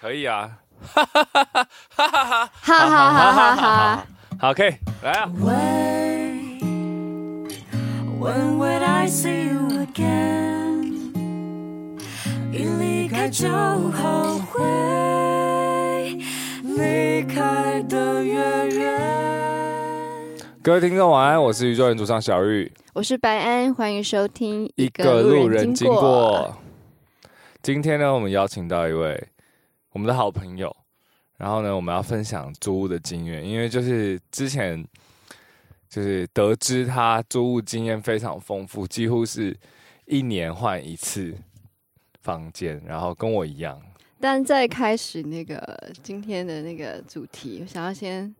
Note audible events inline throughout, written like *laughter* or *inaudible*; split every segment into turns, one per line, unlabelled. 可以啊，
哈哈哈哈哈！
好，可以来啊。
When, when would I see you again？一离开就后悔，离开的越远。
各位听众晚安，我是宇宙人主唱小玉，
我是白安，欢迎收听
一个路人经过。今天呢，我们邀请到一位我们的好朋友，然后呢，我们要分享租屋的经验，因为就是之前就是得知他租屋经验非常丰富，几乎是一年换一次房间，然后跟我一样，
但在开始那个今天的那个主题，我想要先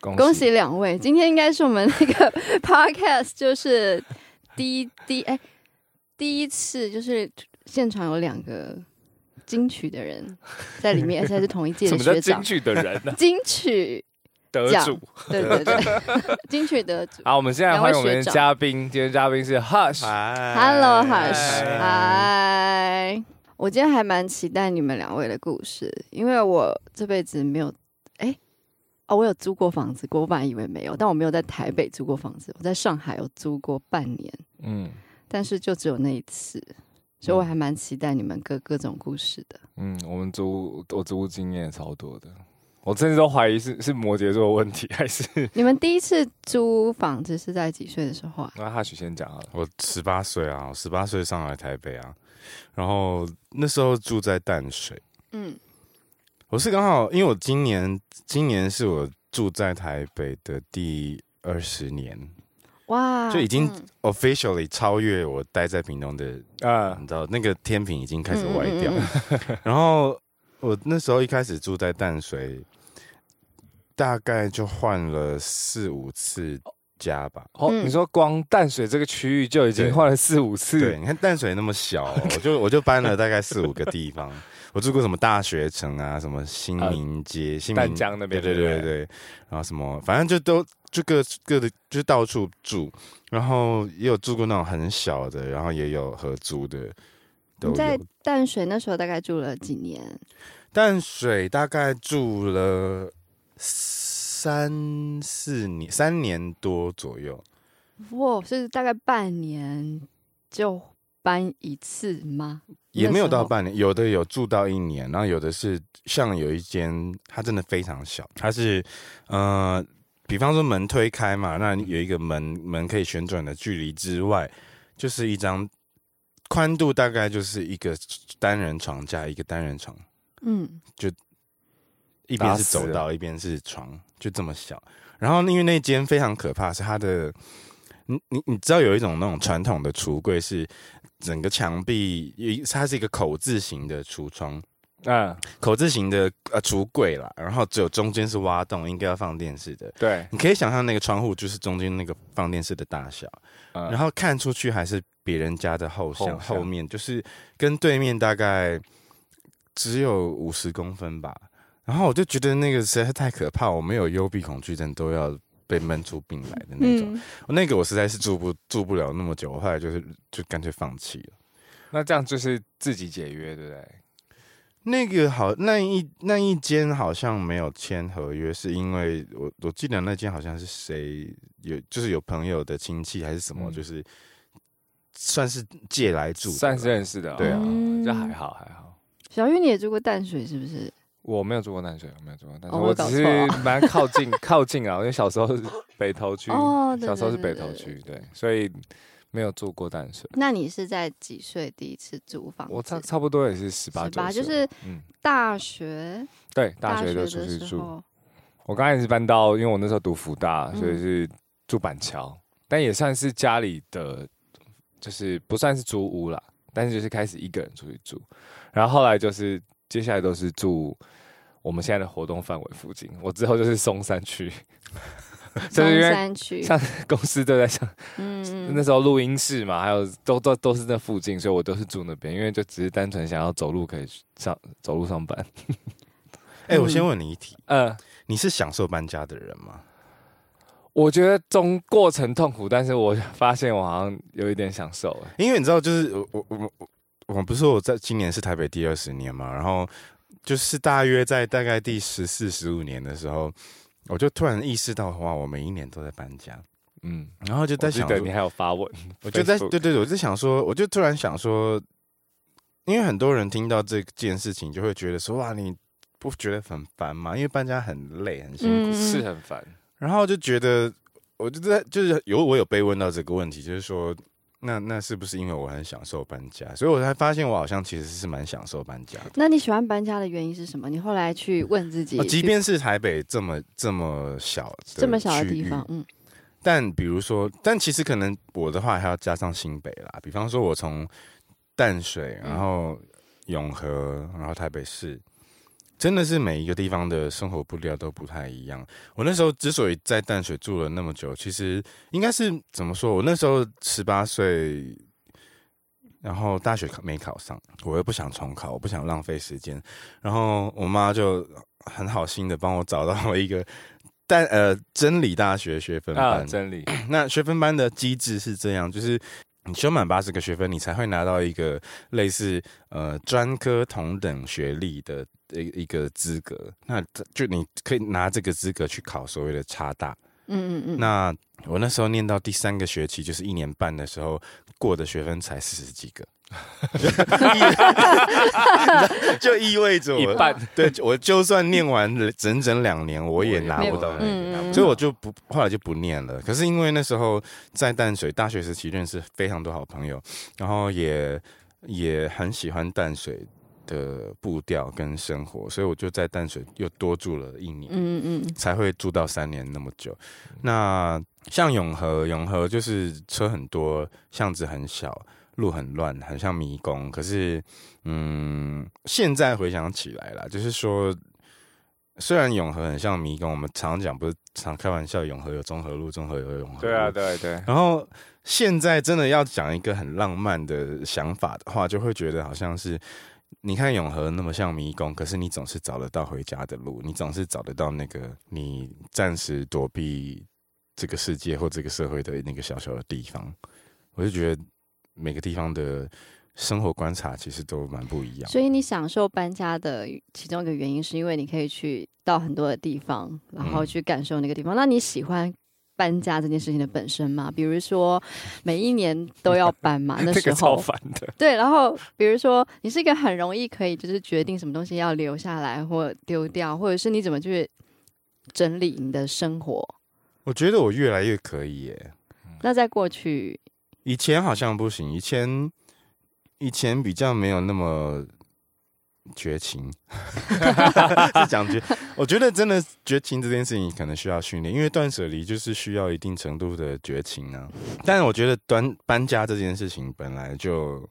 恭喜
恭喜两位，今天应该是我们那个 *laughs* podcast 就是第一第一哎第一次，就是现场有两个金曲的人在里
*laughs*
面，而且是同一届
什么
的
叫
学
金
长。
曲的人
*laughs*
呢、
金曲，
得
奖
主。
对对对， *laughs* 金曲得主。
好，我们现在
两
欢
位
迎我们的
学长
嘉宾，今天嘉宾是 Hush，
Hello，
嗨
海石，嗨！我今天还蛮期待你们两位的故事，因为我这辈子没有，哎、哦，我有租过房子过，我本来以为没有，但我没有在台北租过房子，我在上海有租过半年，
嗯
但是就只有那一次，所以我还蛮期待你们各各种故事的。
嗯，我们租我租屋经验也超多的，我甚至都怀疑是是摩羯座的问题还是？
你们第一次租房子是在几岁的时候啊
那 Hush 先讲好了。
我十八岁啊，我十八岁上来台北啊，然后那时候住在淡水。
嗯，
我是刚好，因为我今年今年是我住在台北的第二十年，
哇，
就已经
嗯
officially 超越我待在屏东的，
啊，
你知道那个天平已经开始歪掉。
嗯嗯嗯
*laughs* 然后我那时候一开始住在淡水，大概就换了四五次家吧。
哦，
嗯
你说光淡水这个区域就已经换了四五
对，
次，
你看淡水那么小、我就我就搬了大概四五个地方，我住过什么大学城啊，什么新民街、新
淡
民
江那
对
边，
对对
不
对对，然后什么，反正就都就各各的就到处住，然后也有住过那种很小的，然后也有合租的，都
你在
有。
淡水那时候大概住了几年？
淡水大概住了三四年，三年多左右。
哇，是大概半年就搬一次吗？
也没有
那时
到
候
半年，有的有住到一年，然后有的是像有一间，它真的非常小，它是呃，比方说门推开嘛，那有一个门门可以旋转的距离之外，就是一张宽度大概就是一个单人床加一个单人床，
嗯，
一边
打
是
死了
走道，一边是床，就这么小。然后因为那间非常可怕，是它的，你你你知道有一种那种传统的橱柜是整个墙壁，一它是一个口字形的橱窗，
嗯，
口字形的呃橱柜啦，然后只有中间是挖洞，应该要放电视的。
对，
你可以想象那个窗户就是中间那个放电视的大小，
嗯
然后看出去还是别人家的后
后
巷
巷
后面，就是跟对面大概只有五十公分吧。然后我就觉得那个实在是太可怕，我没有幽闭恐惧症都要被闷出病来的那种。
嗯，
那个我实在是住不住不了那么久，我后来就是就干脆放弃了。
那这样就是自己解约，对不对？
那个好，那一那一间好像没有签合约，是因为我我记得那间好像是谁有，就是有朋友的亲戚还是什么，
嗯
就是算是借来住的啦，
算是认识的，
对啊
哦
嗯
这还好还好。
小玉你也住过淡水是不是？
我没有住过淡水，我没有住过淡水，
哦
我
我
只
搞
是蛮靠近 *laughs* 靠近啊，因为小时候是北投区，
哦，对
小时候是
对
北
对
投
对对
区，对，所以没有住过淡水。
那你是在几岁第一次租房子？
我差差不多也是十八九
18
岁，
就是
嗯，
大学
对，大学就
的
出去
时
住。
候，
我刚开始搬到，因为我那时候读福大，
嗯
所以是住板桥，但也算是家里的，就是不算是租屋啦，但是就是开始一个人出去住，然后后来就是接下来都是住我们现在的活动范围附近，我之后就是松山区， *laughs* 就
中
是因为
山区，
像公司都在上
嗯
那时候录音室嘛，还有都都都是那附近，所以我都是住那边，因为就只是单纯想要走路可以上走路上班。
哎、我先问你一题，
嗯，
你是享受搬家的人吗？
我觉得中过程痛苦，但是我发现我好像有一点享受了。
因为你知道，就是我我我我我不是说我在今年是台北第二十年嘛，然后就是大约在大概第十四、十五年的时候，我就突然意识到，哇，我每一年都在搬家，
嗯，
然后就在
我记
想
得
说
你还有发问，
我就在
Facebook
对对对，我就想说，我就突然想说，因为很多人听到这件事情，就会觉得说哇，你不觉得很烦吗？因为搬家很累很辛苦，
嗯
是很烦，
然后就觉得我就在就是有我有被问到这个问题，就是说。那那是不是因为我很享受搬家，所以我才发现我好像其实是蛮享受搬家的。
那你喜欢搬家的原因是什么？你后来去问自己，
哦，即便是台北这么这么小的
这么小的
区
地
域
方，嗯，
但比如说，但其实可能我的话还要加上新北啦。比方说，我从淡水，
嗯
然后永和，然后台北市，真的是每一个地方的生活步调都不太一样。我那时候之所以在淡水住了那么久，其实应该是怎么说？我那时候十八岁，然后大学考没考上，我又不想重考，我不想浪费时间，然后我妈就很好心的帮我找到了一个。但呃，真理大学学分班、
啊，真理，
那学分班的机制是这样，就是你修满八十个学分，你才会拿到一个类似呃专科同等学历的一一个资格。那这就你可以拿这个资格去考所谓的差大。
嗯嗯嗯，
那我那时候念到第三个学期，就是一年半的时候，过的学分才四十几个。 *laughs* 就意味着
一
我
半，
对我就算念完了整整两年，我也拿不到那个
嗯嗯嗯
所以我就不后来就不念了。可是因为那时候在淡水大学时期认识非常多好朋友，然后也也很喜欢淡水的步调跟生活，所以我就在淡水又多住了一年。
嗯嗯嗯，
才会住到三年那么久。那像永和，永和就是车很多，巷子很小，路很乱，很像迷宫。可是，嗯，现在回想起来啦，就是说，虽然永和很像迷宫，我们常讲不是常开玩笑，永和有中和路，中和有永和路。
对啊，对对，
然后现在真的要讲一个很浪漫的想法的话，就会觉得好像是，你看永和那么像迷宫，可是你总是找得到回家的路，你总是找得到那个你暂时躲避这个世界或这个社会的那个小小的地方。我就觉得每个地方的生活观察其实都蛮不一样。
所以你享受搬家的其中一个原因，是因为你可以去到很多的地方，然后
嗯
去感受那个地方。那你喜欢？搬家这件事情的本身嘛，比如说每一年都要搬嘛，
*laughs*
那
这
时
个超
候
烦的，
对，然后比如说你是一个很容易可以就是决定什么东西要留下来或丢掉，或者是你怎么去整理你的生活。
我觉得我越来越可以耶、
嗯
那在过去，
以前好像不行，以前以前比较没有那么绝情， *laughs* 是讲绝。我觉得真的绝情这件事情可能需要训练，因为断舍离就是需要一定程度的绝情啊。但是我觉得端搬家这件事情本来就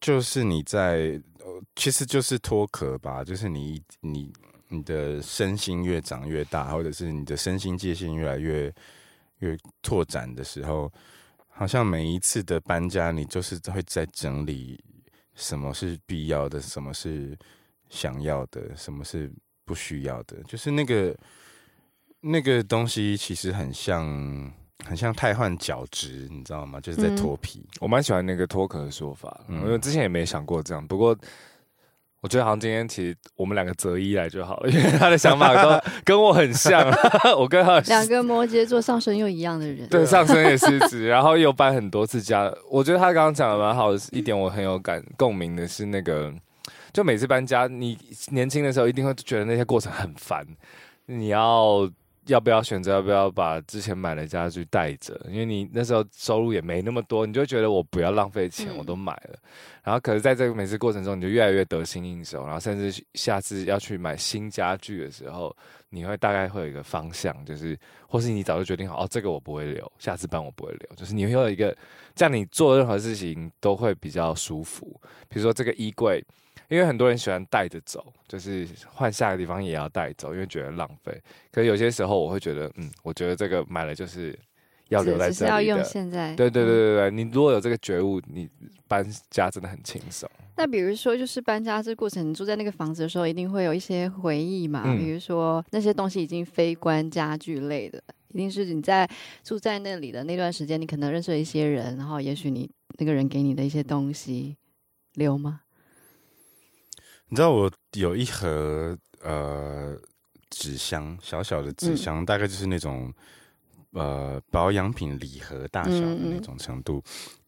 就是你在，呃其实就是脱壳吧，就是你你你的身心越长越大，或者是你的身心界限越来越越拓展的时候，好像每一次的搬家，你就是会在整理什么是必要的，什么是想要的，什么是不需要的，就是那个那个东西其实很像。很像汰换角质，你知道吗？就是在
嗯
脱皮。
我蛮喜欢那个脱壳的说法，
嗯
因为之前也没想过这样，不过。我觉得好像今天其实我们两个择一来就好了，因为他的想法都 *laughs* 跟我很
*laughs*
像，我跟他的
两个摩羯座上升又一样的人，
对，上身也狮子，然后又搬很多次家。我觉得他刚刚讲的蛮好的一点，我很有感共鸣的是那个，就每次搬家，你年轻的时候一定会觉得那些过程很烦，你要要不要选择要不要把之前买的家具带着，因为你那时候收入也没那么多，你就觉得我不要浪费钱，
嗯
我都买了。然后可是在这个每次过程中，你就越来越得心应手，然后甚至下次要去买新家具的时候，你会大概会有一个方向，就是或是你早就决定好，哦，这个我不会留，下次搬我不会留，就是你会有一个，这样你做任何事情都会比较舒服。比如说这个衣柜，因为很多人喜欢带着走，就是换下个地方也要带走，因为觉得浪费。可是有些时候我会觉得，嗯，我觉得这个买了就是要留在
只
这
是要
里
用嗯
的。
现在。
对对对对对，你如果有这个觉悟，你搬家真的很轻松。
那比如说，就是搬家这过程，你住在那个房子的时候，一定会有一些回忆嘛。
嗯
比如说那些东西已经非关家具类的，一定是你在住在那里的那段时间，你可能认识了一些人，然后也许你那个人给你的一些东西，留吗？
你知道我有一盒呃纸箱，小小的纸箱，大概就是那种呃保养品礼盒大小的那种程度，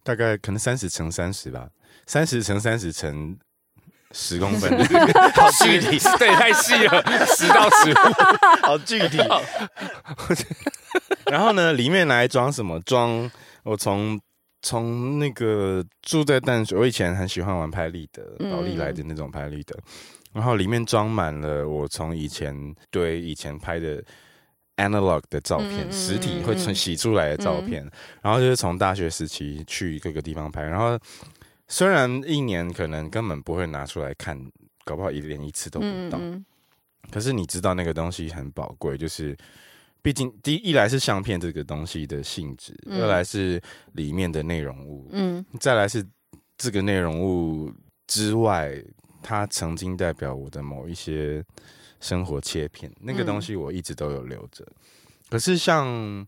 大概可能三十乘三十吧，三十乘三十乘十公分，好具 *laughs* 体，
对，太细了，十到十五，
*laughs* 好具体。然后呢，里面拿来装什么？装我从从那个住在淡水，我以前很喜欢玩拍立得，
嗯
宝丽来的那种拍立得，然后里面装满了我从以前对以前拍的 analog 的照片，
嗯嗯
实体
嗯
会
嗯
从洗出来的照片，然后就是从大学时期去各个地方拍，然后虽然一年可能根本不会拿出来看，搞不好一连一次都不
嗯
到，
嗯
可是你知道那个东西很宝贵，就是毕竟第一一来是相片这个东西的性质，
嗯
二来是里面的内容物，
嗯
再来是这个内容物之外，它曾经代表我的某一些生活切片，那个
嗯
东西我一直都有留着。可是像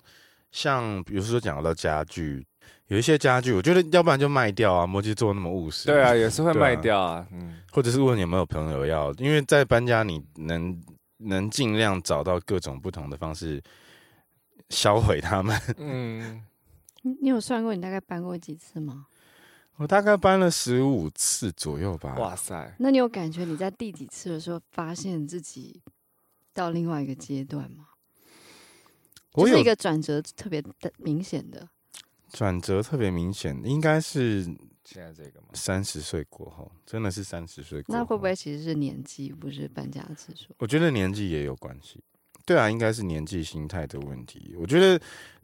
像比如说讲到家具，有一些家具，我觉得要不然就卖掉啊，摩羯座那么务实，
对啊，也是会
对啊
卖掉啊，嗯，
或者是问有没有朋友要，因为在搬家你能能尽量找到各种不同的方式销毁它们。
嗯，
你你有算过你大概搬过几次吗？
*laughs* 我大概搬了十五次左右吧。哇，
哇塞，
那你有感觉你在第几次的时候发现自己到另外一个阶段吗？
我
就是
有
一个转折特别的明显的，
转折特别明显，应该是
现在这个吗？
三十岁过后，真的是三十岁过后。
那会不会其实是年纪，不是搬家次数？
我觉得年纪也有关系。对啊，应该是年纪、心态的问题。我觉得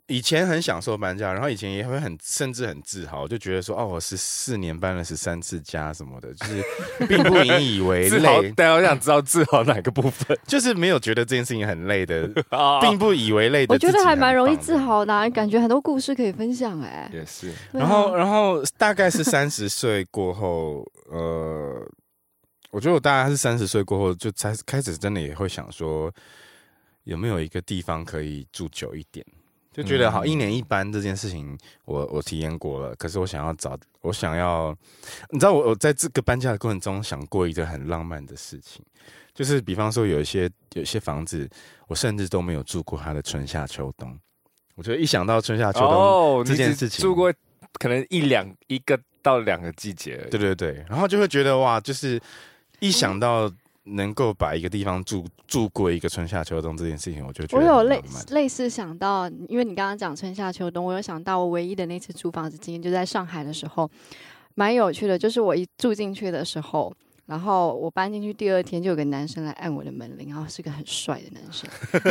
以前很享受搬家，然后以前也会很甚至很自豪，就觉得说哦，我十四年搬了十三次家什么的，就是并不引以为
*laughs* 自豪，
累，
大家想知道自豪哪个部分
*laughs* 就是没有觉得这件事情很
*laughs*
累的，
啊
并不以为累的。
我觉得还蛮容易
自己
自
很棒的。
豪的啊、感觉很多故事可以分享哎、
也是，
对啊
然后，然后大概是三十岁过后，呃，我觉得我大概是三十岁过后就才开始真的也会想说，有没有一个地方可以住久一点，就觉得
嗯
好一年一搬这件事情我，我体验过了，可是我想要找，我想要，你知道我我在这个搬家的过程中想过一个很浪漫的事情，就是比方说有一些有一些房子，我甚至都没有住过它的春夏秋冬。我觉得一想到春夏秋冬，
哦，
这
你
件
只
事情
住过可能一两一个到两个季节而已，
对对对，然后就会觉得哇，就是一想到能够把一个地方住住过一个春夏秋冬这件事情，我就觉
我
得
有
很
类
浪漫
类似想到，因为你刚刚讲春夏秋冬，我有想到我唯一的那次租房子经验就在上海的时候，蛮有趣的。就是我一住进去的时候，然后我搬进去第二天就有个男生来按我的门铃，然后是个很帅的男生， *laughs*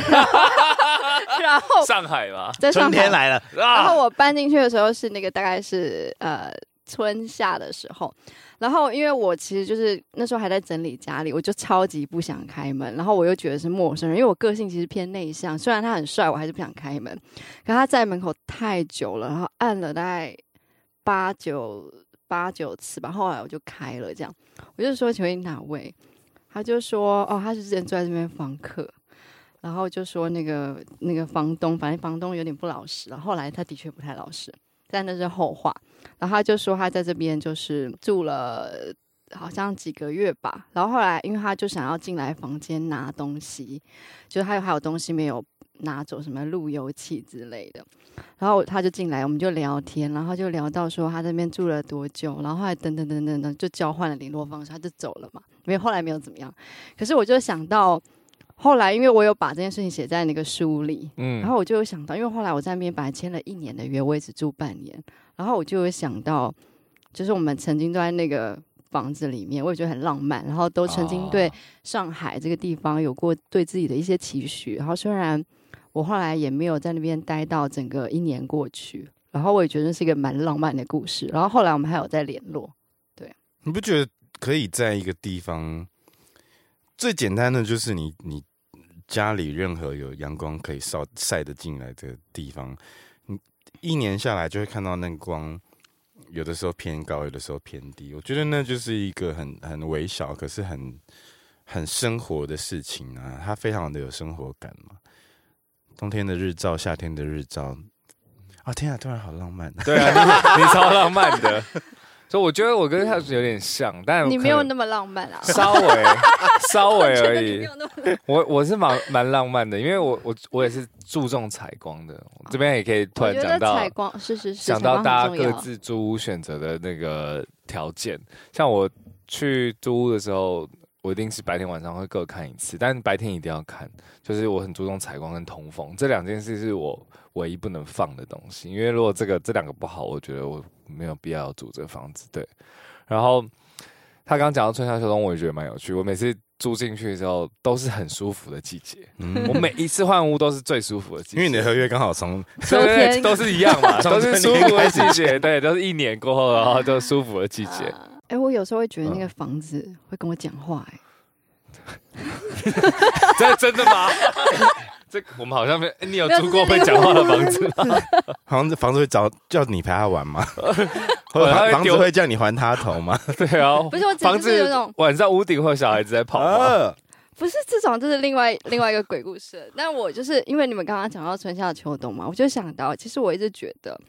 然后
上海吧，
在上
春天
海，
来了，
然
啊，
后我搬进去的时候是那个大概是呃春夏的时候，然后因为我其实就是那时候还在整理家里，我就超级不想开门，然后我又觉得是陌生人，因为我个性其实偏内向，虽然他很帅，我还是不想开门。可他在门口太久了，然后按了大概八九八九次吧，后来我就开了，这样我就说：“请问你哪位？”他就说：“哦，他是之前住在这边房客。”然后就说那个那个房东，反正房东有点不老实，然后后来他的确不太老实，但那是后话。然后他就说他在这边就是住了呃好像几个月吧，然后后来因为他就想要进来房间拿东西，就他有还有东西没有拿走，什么路由器之类的。然后他就进来，我们就聊天，然后就聊到说他这边住了多久，然后后来等等等等等，就交换了联络方式，他就走了嘛，没有后来没有怎么样。可是我就想到。后来，因为我有把这件事情写在那个书里，
嗯
然后我就有想到，因为后来我在那边本来签了一年的约，我也只住半年，然后我就有想到，就是我们曾经都在那个房子里面，我也觉得很浪漫，然后都曾经对
啊
上海这个地方有过对自己的一些期许，然后虽然我后来也没有在那边待到整个一年过去，然后我也觉得是一个蛮浪漫的故事，然后后来我们还有在联络，
你不觉得可以在一个地方最简单的就是你你家里任何有阳光可以晒晒得进来的地方，你一年下来就会看到那个光。有的时候偏高，有的时候偏低，我觉得那就是一个很很微小，可是很很生活的事情啊，它非常的有生活感嘛。冬天的日照，夏天的日照，啊天啊，突然好浪漫，
*laughs*
对啊，你你超浪漫的，所以我觉得我跟他有点像，但
你没有
可能，
那么浪漫啊
*laughs* 稍
*laughs*
微稍微
真
而
的你没
已
有。那么
我我是蛮蛮浪漫的，因为我我我也是注重采光的。我这边也可以突
我
然
觉
讲
得
到
采光是是是，
想到大家各
采光很重要
自租屋选择的那个条件，像我去租屋的时候，我一定是白天晚上会各看一次，但白天一定要看，就是我很注重采光跟通风这两件事是我唯一不能放的东西，因为如果这个这两个不好，我觉得我没有必要租这个房子。对，然后他刚刚讲到春夏秋冬，我也觉得蛮有趣，我每次。租进去的时候都是很舒服的季节，我
嗯，
每一次换屋都是最舒服的季节，
因为你的合约刚好从
对对
秋
对，
天
都是一样 *laughs* 嘛，
从
都是舒
春天
服的
开始
季节， *laughs* 对，都是一年过后，然后就舒服的季节。
啊哎、我有时候会觉得
嗯
那个房子会跟我讲话、哎、
这真的吗？ *laughs* 这我们好像没，哎你有租过会讲话的房子吗？
好像这房子会找叫你陪他
*laughs*
玩吗？或
他
者
会
房子
呃丢
会叫你还他头吗？
对啊，
不是我只
房
就是有
子
那种
晚上屋顶会有小孩子在 *laughs* 跑吗？哦
啊，
不是这种，就是另外另外一个鬼故事了。但我就是因为你们刚刚讲到春夏秋冬嘛，我就想到，其实我一直觉得，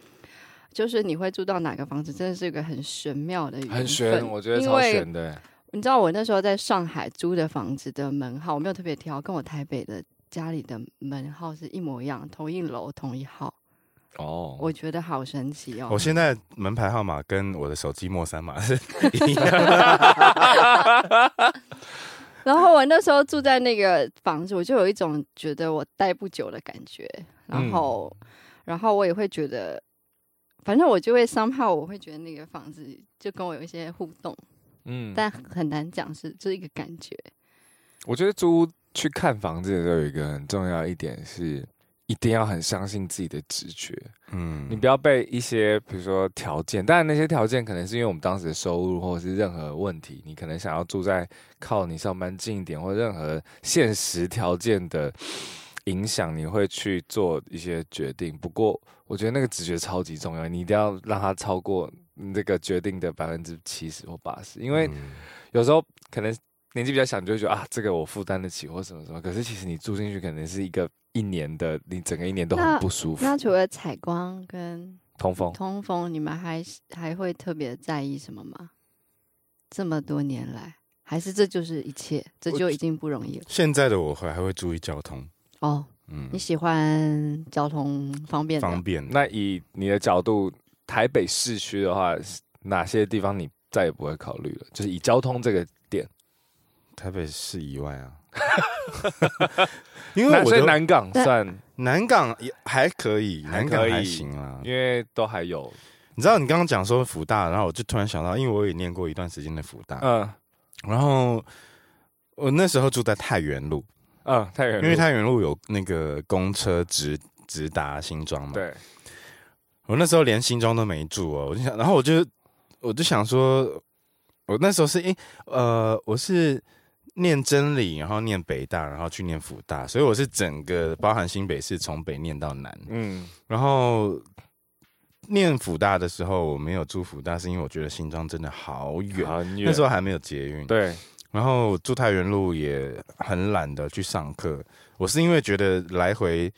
就是你会住到哪个房子，真的是一个很玄妙的缘分
很悬，我觉得
因
超
为
悬的。
你知道我那时候在上海租的房子的门号，我没有特别挑，跟我台北的家里的门号是一模一样，同一楼同一号，
哦，
我觉得好神奇
我
哦。
现在门牌号码跟我的手机末三码是一样。
*laughs*
*laughs* 然后我那时候住在那个房子，我就有一种觉得我待不久的感觉，
嗯
然后，然后我也会觉得，反正我就会 somehow 我会觉得那个房子就跟我有一些互动，
嗯，
但很难讲是就是一个感觉。
我觉得租屋去看房子的时候，有一个很重要一点是，一定要很相信自己的直觉。
嗯，
你不要被一些比如说条件，当然那些条件可能是因为我们当时的收入或者是任何问题，你可能想要住在靠你上班近一点，或任何现实条件的影响，你会去做一些决定。不过我觉得那个直觉超级重要，你一定要让它超过你这个决定的百分之七十或八十，因为
嗯
有时候可能年纪比较小，你就会觉得啊，这个我负担得起或什么什么。可是其实你住进去，可能是一个一年的，你整个一年都很
那
不舒服。
那除了采光跟
通风。
通风，你们还是还会特别在意什么吗？这么多年来，还是这就是一切，这
我
就已经不容易了
现在的我会还会注意交通，
哦。
嗯
你，喜欢交通方便
方
的？
便。
那以你的角度，台北市区的话，哪些地方你再也不会考虑了？就是以交通这个点，
台北市以
*laughs*
外啊，因为
那
我
所以
的
南港
但
算，
南港也还可以，
还
南港
可以
还行啊。
因为都还有，
你知道你刚刚讲说福大，然后我就突然想到，因为我也念过一段时间的福大，
嗯
然后我那时候住在太原路，
嗯，太远
因
了，
为太原路有那个公车直直达新庄嘛。
对，
我那时候连新庄都没住哦，我就想，然后我就我就想说，我那时候是诶、呃，我是念真理，然后念北大，然后去念辅大，所以我是整个包含新北市从北念到南。
嗯
然后念辅大的时候，我没有住辅大，是因为我觉得新庄真的好远，
很远，
那时候还没有啊捷运。
对，
然后住太原路也很懒得去上课，我是因为觉得来回，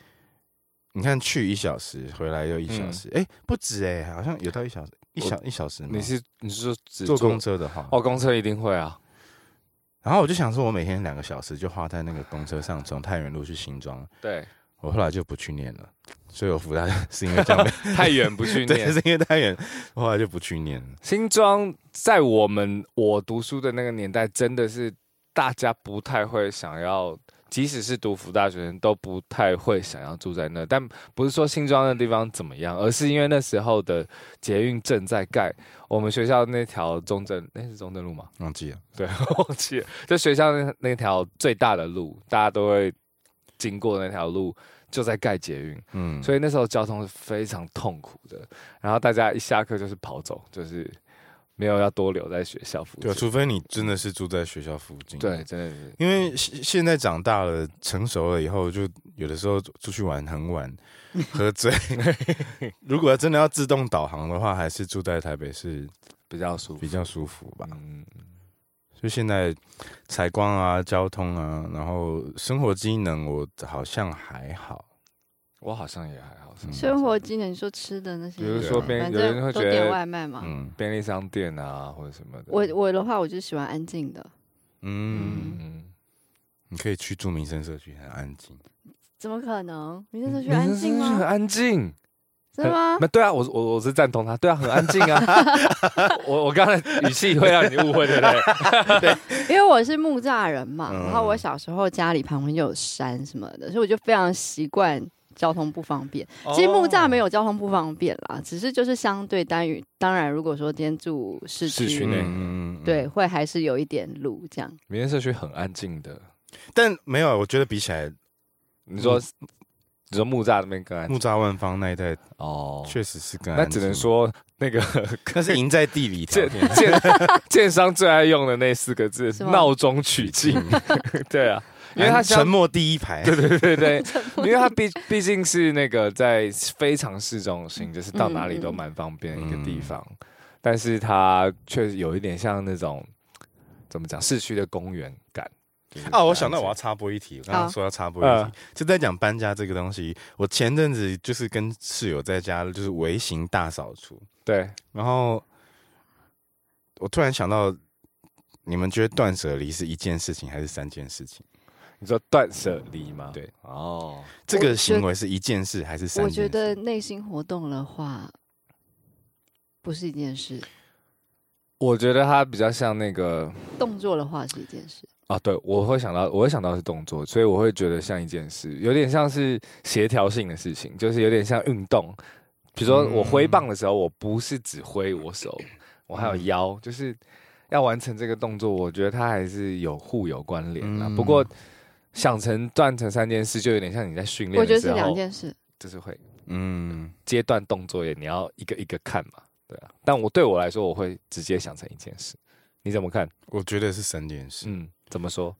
你看去一小时，回来又一小
嗯
时，哎、不止哎、好像有到一小时，一小一小时吗。
你是你是说只
坐公？车的话，
哦，公车一定会啊，
然后我就想说，我每天两个小时就花在那个公车上，从太原路去新庄，
对，
我后来就不去念了，所以我福大 *laughs* 是因为这样，
太远不去
*laughs* 对，
念
是。因为太原，我后来就不去念了。
新庄在我们我读书的那个年代，真的是大家不太会想要，即使是读福大学生都不太会想要住在那。但不是说新庄的地方怎么样，而是因为那时候的捷运正在盖，我们学校那条中正，那、是中正路吗？
忘记了，
对，忘记了。就学校那那条最大的路，大家都会经过那条路，就在盖捷运。
嗯，
所
以
以那时候交通是非常痛苦的。然后大家一下课就是跑走，就是没有要多留在学校附
对啊，
近。
除非你真的是住在学校附近，
对，真的是，
因为现现在长大了、成熟了以后，就有的时候出去玩很晚，
*laughs*
喝醉。 *laughs* 如果真的要自动导航的话，还是住在台北市
比较舒服
比。较舒服吧。
嗯，
就现在采光啊、交通啊，然后生活机能，我好像还好。
我好像也还好，
嗯
生活技能，你说吃的那些，
比如说
对啊
便
反
有人
正
会
都
觉
点
得
外卖嘛。
嗯
便利商店啊或者什么的，
我我的话，我就喜欢安静的，
嗯，
嗯，
你可以去住民生社区，很安静。
怎么可能？你那时候去
民
安
生
静
社区很
吗？
安静，
真的吗
很那？对啊，我我我是赞同他，对啊，很安静
*laughs*
啊。 *laughs* 我我刚才语气会让你误会，对不对？
*laughs* 因为我是木栅人嘛，
嗯
然后我小时候家里旁边就有山什么的，所以我就非常习惯交通不方便。其实
哦
木栅没有交通不方便啦，只是就是相对单于，当然如果说今天住市区，
市区内
嗯嗯
对，会还是有一点路这样。
民生社区很安静的，
但没有，啊我觉得比起来，
你说你说木栅那边更安
木
静
栅万方那一带
哦，
确实是更
那
安
只
静，
能说那个
那是赢在地理条
建
件。
建建商最爱用的那四个字“
是吗
闹中取
*laughs*
静”，对啊，因为它
嗯沉
相
默第一排，对对，
对对对，
*laughs*
因为它毕毕竟是那个在非常市中心，就是到哪里
嗯
都蛮方便的一个地
嗯
方，但是它却有一点像那种怎么讲市区的公园感。就是
哦，我想到
这
我要
样子
插播一题，我刚刚
好嗯
说要插播一题，就在讲搬家这个东西。我前阵子就是跟室友在家，就是微型大扫除，
对
然后我突然想到，你们觉得断舍离是一件事情还是三件事情？
你说断舍离吗？
对，
哦，
这个行为是一件事还是三
我
件
觉
事？
得内心活动的话，不是一件事；
我觉得它比较像那个
动作的话是一件事。
啊，对，我会想到，我会想到是动作，所以我会觉得像一件事，有点像是协调性的事情，就是有点像运动。比如说我挥棒的时候，我不是只挥我手，我还有腰，就是要完成这个动作，我觉得它还是有互有关联啦。
嗯
不过想成断成三件事，就有点像你在训
我
练
觉得
的
是
时
两
候，
件事。
就是会
嗯，
阶段动作也你要一个一个看嘛，对啊。但我对我来说，我会直接想成一件事，你怎么看？
我觉得是三件事。
嗯，怎么说？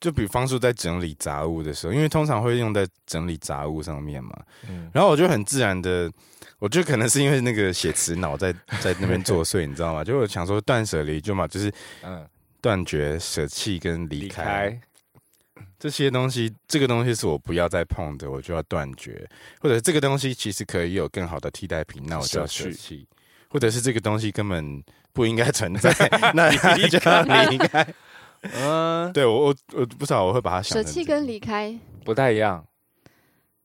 就比方说在整理杂物的时候，因为通常会用在整理杂物上面嘛，
嗯，
然后我就很自然的，我就可能是因为那个写词脑在 *laughs* 在那边作祟，你知道吗？就我想说断舍离就嘛，就是
嗯，
断绝、舍弃跟离
离
开
开。
这些东西，这个东西是我不要再碰的，我就要断绝，或者这个东西其实可以有更好的替代品，那我就要舍
舍
弃，或者是这个东西根本不应该
*laughs*
存在，那你就要离开。
嗯，
对我，我我不知道我会把它想
舍
成
弃
这样
跟离开，
不太一样。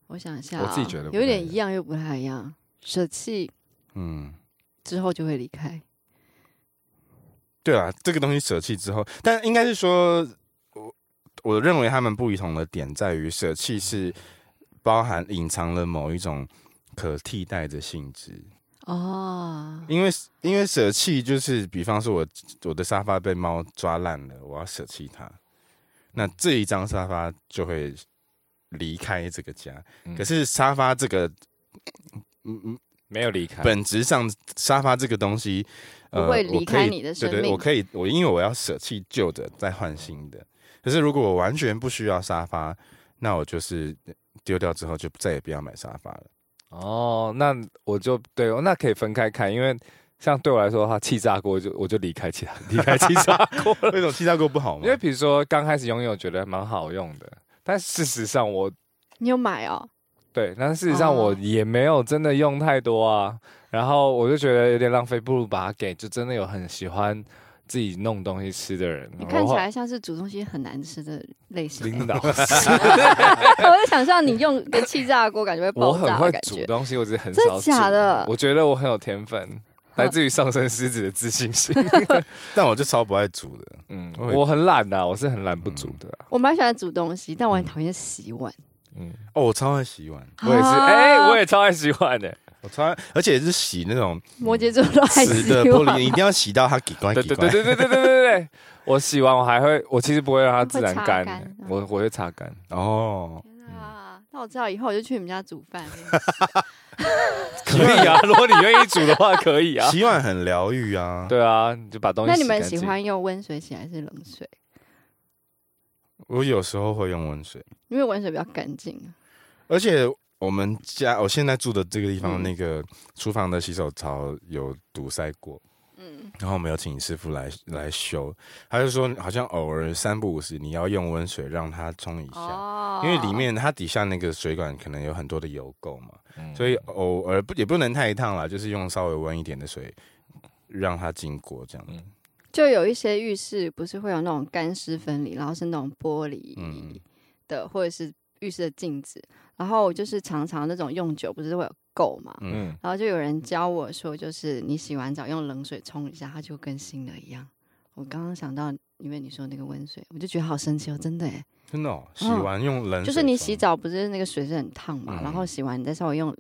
我想一下、啊
我自己觉得不
有
太
点
一
一样又不太一样。舍弃
嗯。
之后就会离开，
对啊，这个东西舍弃之后，但应该是说，我我认为他们不一同的点在于，舍弃是包含隐藏了某一种可替代的性质，
哦，
因为因为舍弃就是，比方说我我的沙发被猫抓烂了，我要舍弃它，那这一张沙发就会离开这个家，
嗯
可是沙发这个。嗯嗯，
没有离开，
本质上沙发这个东西，呃，
不会
我
离
可以
开你的生
对对，
命
我。可以，我因为我要舍弃旧的，再换新的。可是如果我完全不需要沙发，那我就是丢掉之后就再也不要买沙发了。
哦，那我就对，那可以分开看，因为像对我来说的话，气炸锅就我就离开气炸 *laughs* 离开气炸锅了，
那种气炸锅不好吗
因？为比如说刚开始拥有觉得蛮好用的，但事实上我
你有买
啊
哦？
对，但事实上我
哦
也没有真的用太多啊，然后我就觉得有点浪费，不如把它给就真的有很喜欢自己弄东西吃的人，
你
我
看起
后
来像是煮东西很难吃的类型、
领
*laughs* 欸。
导。
我就想象你用个气炸锅，感觉会
我
爆
很
炸
会
的感
煮
觉。
东西，我只是很
真的
少煮。
假的
我觉得我很有天
*laughs*
分，来自于上升狮子的自信心。
但我就超不爱煮的。
嗯，
我也
我很懒的、我是很懒不煮的啊、
我蛮喜欢煮东西，但我很讨厌洗碗。
嗯，
哦，我超爱洗碗，
我也是，
啊
哎、我也超爱洗碗的、
我超爱，而且是洗那种
摩羯座都爱
死的
洗
玻
碗
璃，，一定要洗到它给关
对
给
对对对对
关。
对对对对，我洗完我还会，我其实不会让它自然
会擦
干、
干
欸
嗯
我我会擦干。
哦，
天啊！那我知道以后我就去你们家煮
*laughs*
饭。
可以 *laughs* 啊，如果你愿意煮的话，可以啊。
洗碗很疗愈啊。
对啊，你就把东西
那你
洗干
们
净。
喜欢用温水洗还是冷水？
我有时候会用温水，
因为温水比较干净。
而且我们家我现在住的这个地方，
嗯
那个厨房的洗手槽有堵塞过。
嗯，
然后我们有请师傅来来修，他就说好像偶尔三不五时你要用温水让它冲一下，
哦
因为里面它底下那个水管可能有很多的油垢嘛，
嗯
所以偶尔不也不能太烫啦，就是用稍微温一点的水让它经过这样。
嗯
就有一些浴室不是会有那种干湿分离，然后是那种玻璃
嗯
的，或者是浴室的镜子，然后就是常常那种用久不是会有垢嘛，
嗯，
嗯，
然后就有人教我说，就是你洗完澡用冷水冲一下，它就跟新的一样。我刚刚想到，因为你说那个温水，我就觉得好神奇哦，真的哎，
真的、哦，洗完用冷水冲、
就是你洗澡不是那个水是很烫嘛，
嗯
然后洗完你再稍微用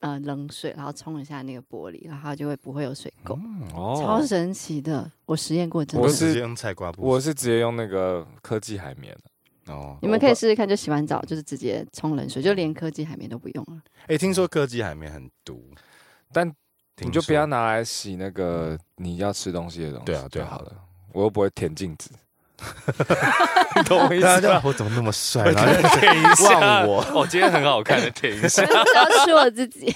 呃冷水，然后冲一下那个玻璃，然后它就会不会有水垢，超
哦，
神奇的。我实验过，真
我
我
的。
是
直接用菜瓜布。
我是直接用那个科技海绵，
哦，
你们可以试试看，就洗完澡就是直接冲冷水，就连科技海绵都不用了。
哎、听说科技海绵很毒，
但
听
你就不要
说啊
拿来洗那个你要吃东西的东西，
对啊对啊
好了，我又不会舔镜 *laughs* 子，你懂我意
大家
思
就
吗？
我怎么那么帅，然后就
啊
忘我。
我哦今天很好看的舔一下。
要是 *laughs* 我自己，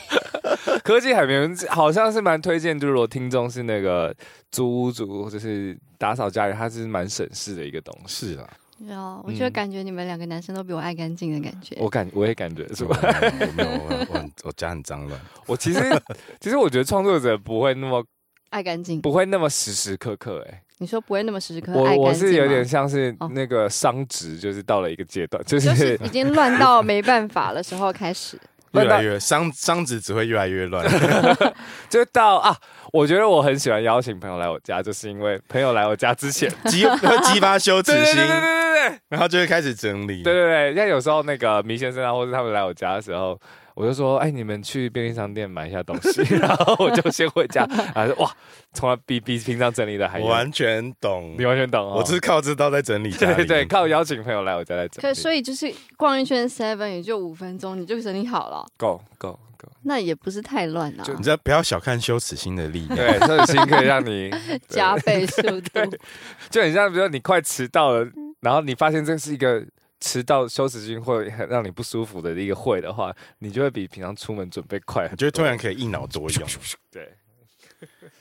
科技海绵好像是蛮推荐，就是如果听众是那个租屋主，就是打扫家里，它是蛮省事的一个东西。
是啊，
哦，我就
嗯
感觉你们两个男生都比我爱干净的感觉。
我感我也感觉是
是
吧
吧？？我没有，我我我我家很
*laughs*
脏乱。
我其实其实我觉得创作者不会那么
爱干净，
不会那么时时刻刻哎、
你说不会那么时时刻刻爱
我我
干净
是有点
吗
像是
哦
那个商职，就是到了一个阶段，就
*laughs* 就是
是
已经乱到没办法的时候开始。
*laughs*
越
乱到
来越伤伤子只会越来越乱，
*laughs* *laughs* 就到啊，我觉得我很喜欢邀请朋友来我家，就是因为朋友来我家之前，
激 *laughs* 会激发羞耻
对对
心
对，对对对。
然后就会开始整理。
对，对对，像有时候那个迷先生啊，或者他们来我家的时候，我就说，哎，你们去便利商店买一下东
*laughs*
西，然后我就先回家，然后说哇，从来比比平常整理的还
我
严
完全懂
你，完全懂哦，
我是靠这道在整理家
*laughs* 对
里。
对对，靠邀请朋友来我家来整
可
理，
所以就是逛一圈 Seven 也就五分钟，你就整理好了，
够够够，
那也不是太乱啊
就，
你知道不要小看羞耻心的力
*laughs*
量。
对，这个心可以让你
加倍速
*laughs*
度。
就很像，比如说你快迟到了，然后你发现这是一个迟到羞耻心会很让你不舒服的一个会的话，你就会比平常出门准备快
我
很多。
觉得突然可以一脑多
*laughs*
用。
对，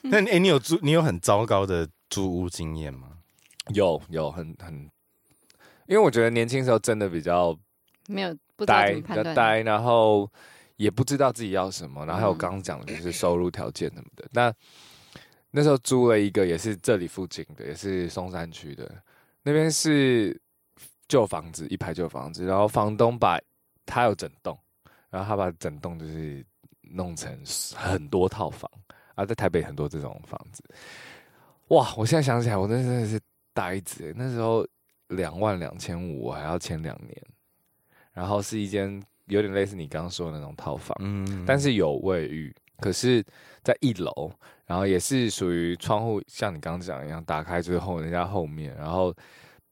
那哎、你有租你有很糟糕的租屋经验吗？
有有很很，因为我觉得年轻时候真的比较
没有不知道
呆，
怎么
比
判
较
断。
呆，然后也不知道自己要什么，然后还有
嗯
刚刚讲的就是收入条件什么的。那那时候租了一个也是这里附近的，也是松山区的，那边是旧房子，一排旧房子，然后房东把他有整栋，然后他把整栋就是弄成很多套房啊，在台北很多这种房子。哇，我现在想起来，我那真的是呆子欸，那时候两万两千五，我还要签两年。然后是一间有点类似你刚刚说的那种套房，
嗯，
但是有卫浴，可是在一楼，然后也是属于窗户像你刚刚讲一样打开，就是后人家后面，然后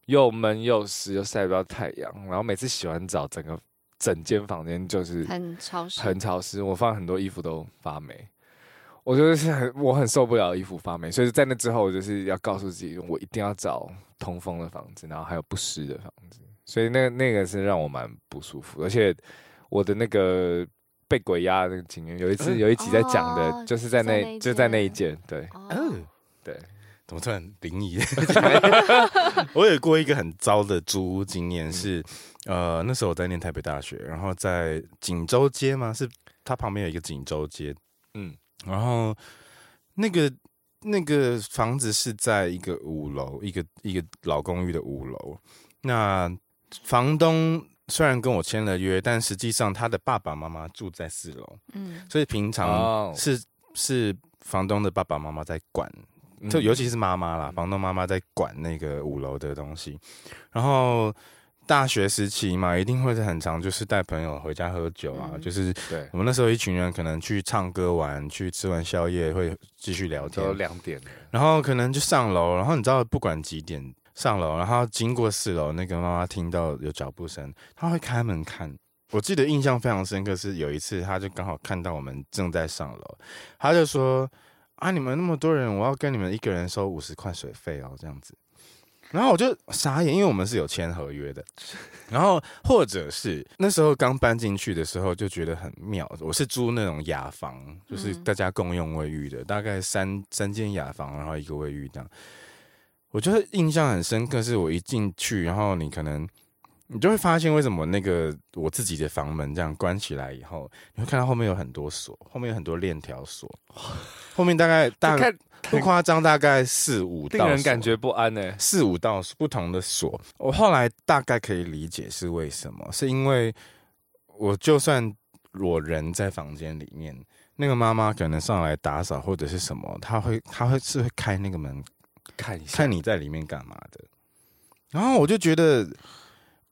又闷又湿又晒不到太阳，然后每次洗完澡，整个整间房间就是
很超时，
很潮湿，我放很多衣服都发霉。我就是很我很受不了衣服发霉，所以在那之后，我就是要告诉自己，我一定要找通风的房子，然后还有不湿的房子。所以那那个是让我蛮不舒服，而且我的那个被鬼压的那个经验，有一次
嗯
有一集在讲的，
哦
就是在
在
那
那一
就在那一
间
间，对
哦
哦，，
对，
怎么突然
*laughs*
灵异？我有过一个很糟的租屋经
嗯
验，是呃那时候我在念台北大学，然后在锦州街嘛，是它旁边有一个锦州街，
嗯
然后那个那个房子是在一个五楼，一个一个老公寓的五楼。那房东虽然跟我签了约，但实际上他的爸爸妈妈住在四楼，
嗯，
所以平
哦
常是、是房东的爸爸妈妈在管
嗯
就尤其是妈妈啦，房东妈妈在管那个五楼的东西。然后大学时期嘛，一定会很常就是带朋友回家喝酒啊，
嗯
就是
对，
我们那时候一群人可能去唱歌玩，去吃完宵夜会继续聊天
都，两点了，
然后可能就上楼，然后你知道不管几点上楼，然后经过四楼，那个妈妈听到有脚步声，她会开门看。我记得印象非常深刻，是有一次她就刚好看到我们正在上楼，她就说：“啊，你们那么多人，我要跟你们一个人收五十块水费哦，这样子。”然后我就傻眼，因为我们是有签合约的，然后或者是那时候刚搬进去的时候就觉得很妙，我是租那种雅房，就是
嗯
大家共用卫浴的，大概三三间雅房，然后一个卫浴这样。我就是印象很深刻，是我一进去，然后你可能你就会发现为什么那个我自己的房门这样关起来以后，你会看到后面有很多锁，后面有很多链
*laughs*
条锁，后面大概大
看
不夸张，大概四五道
令
锁，
人感觉不安欸呢、
四五道不同的锁。我后来大概可以理解是为什么，是因为我就算我人在房间里面，那个妈妈可能上来打扫或者是什么，她会她会是会开那个门
看一下，
看你在里面干嘛的。然后我就觉得，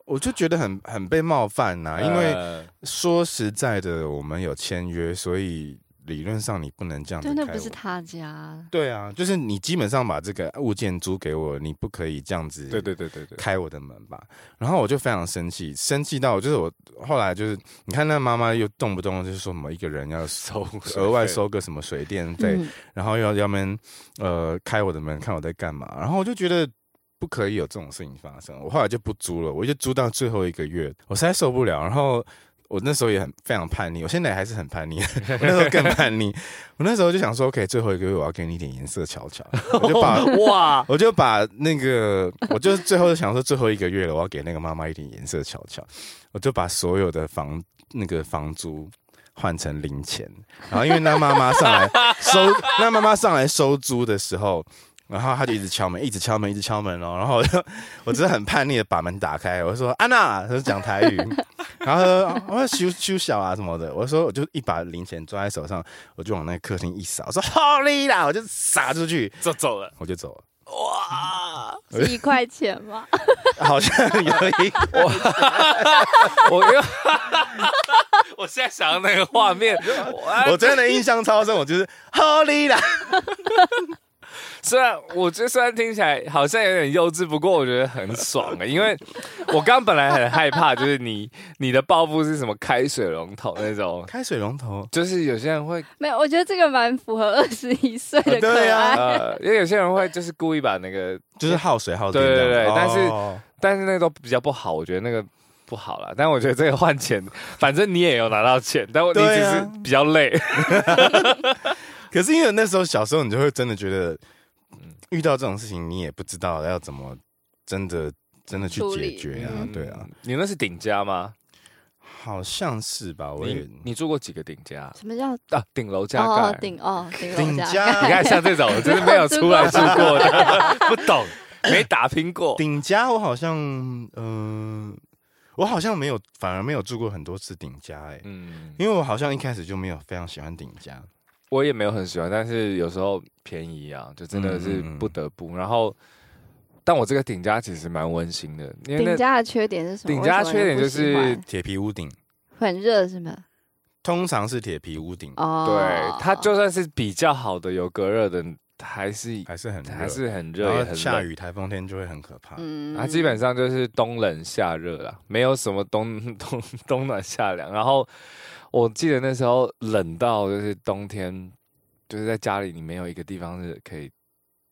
我就觉得很很被冒犯呐、因为
呃
说实在的，我们有签约，所以理论上你不能这样子
对，
开
那
我。
不是他家，
对啊，就是你基本上把这个物件租给我，你不可以这样子
对对对对对，
开我的门吧。然后我就非常生气，生气到我就是我后来就是你看那妈妈又动不动就是说什么一个人要
*laughs* 收
额外收个什么水电费，
嗯，
然后要要们呃开我的门看我在干嘛，然后我就觉得。不可以有这种事情发生。我后来就不租了，我就租到最后一个月，我实在受不了。然后我那时候也很非常叛逆，我现在还是很叛逆， *laughs* 我那时候更叛逆。我那时候就想说，OK，最后一个月我要给你一点颜色瞧瞧，我就把
哇，
我就把那个，我就是最后想说最后一个月了，我要给那个妈妈一点颜色瞧瞧，我就把所有的房那个房租换成零钱，然后因为那妈妈上来收，那妈妈上来收租的时候。然后她就一直敲门，一直敲门，一直敲门哦。然后我 *laughs* 就，我真的很叛逆的把门打开，我就说安娜，她就讲台语， *laughs* 然后她说我要修修小啊什么的。我说我就一把零钱抓在手上，我就往那个客厅一扫，我说好利啦，我就撒出去，
就走了，
我就 *laughs* 走了。
哇！ *laughs*
是一嗯块钱吗？
好像有一个
我 *laughs* 我现在想到那个画面，
我，我
我
真的印象超深，我就是 Holy 啦，
虽然我这虽然听起来好像有点幼稚，不过我觉得很爽啊、因为我刚本来很害怕，就是你你的报复是什么开水龙头那种，
开水龙头，
就是有些人会
*laughs* *laughs* 没有，我觉得这个蛮符合二十一岁的可
对啊
爱。
呃，因为有些人会就是故意把那个，
就是耗水耗电
对对
这样
对但是
哦
但是那个都比较不好，我觉得那个。不好啦，但我觉得这个换钱，反正你也有拿到钱，但我你
对
只
啊
是比较累，
*laughs* 可是因为那时候小时候，你就会真的觉得，
嗯
遇到这种事情，你也不知道要怎么真的真的去
处
解
理嗯
决啊，对啊，，
嗯你那是顶家吗？
好像是吧，我也
你你住过几个顶家
什么叫
啊？顶楼加盖
哦，顶哦顶楼
顶
*laughs* 加
你
家
看像这种就是没有出来住过的，不懂，没打拼 *laughs* 过。
顶家，我好像嗯、我好像没有，反而没有住过很多次顶家哎、欸
嗯，
因为我好像一开始就没有非常喜欢顶家，
我也没有很喜欢，但是有时候便宜啊，就真的是不得不。然后，但我这个顶家其实蛮温馨的，因为
顶
那
家的缺点是什么？
顶家
为什么
缺点就是
你不喜欢
铁皮屋顶
*laughs* 很热是吗？
通常是铁皮屋顶，
哦，
对它就算是比较好的有隔热的，还是
还是很热
还是很热，也
然后
很
下
冷。
雨、台风天就会很可怕。
嗯
啊它基本上就是冬冷夏热啦，没有什么冬 *laughs* 冬冬暖夏凉。然后我记得那时候冷到就是冬天，就是在家里你没有一个地方是可以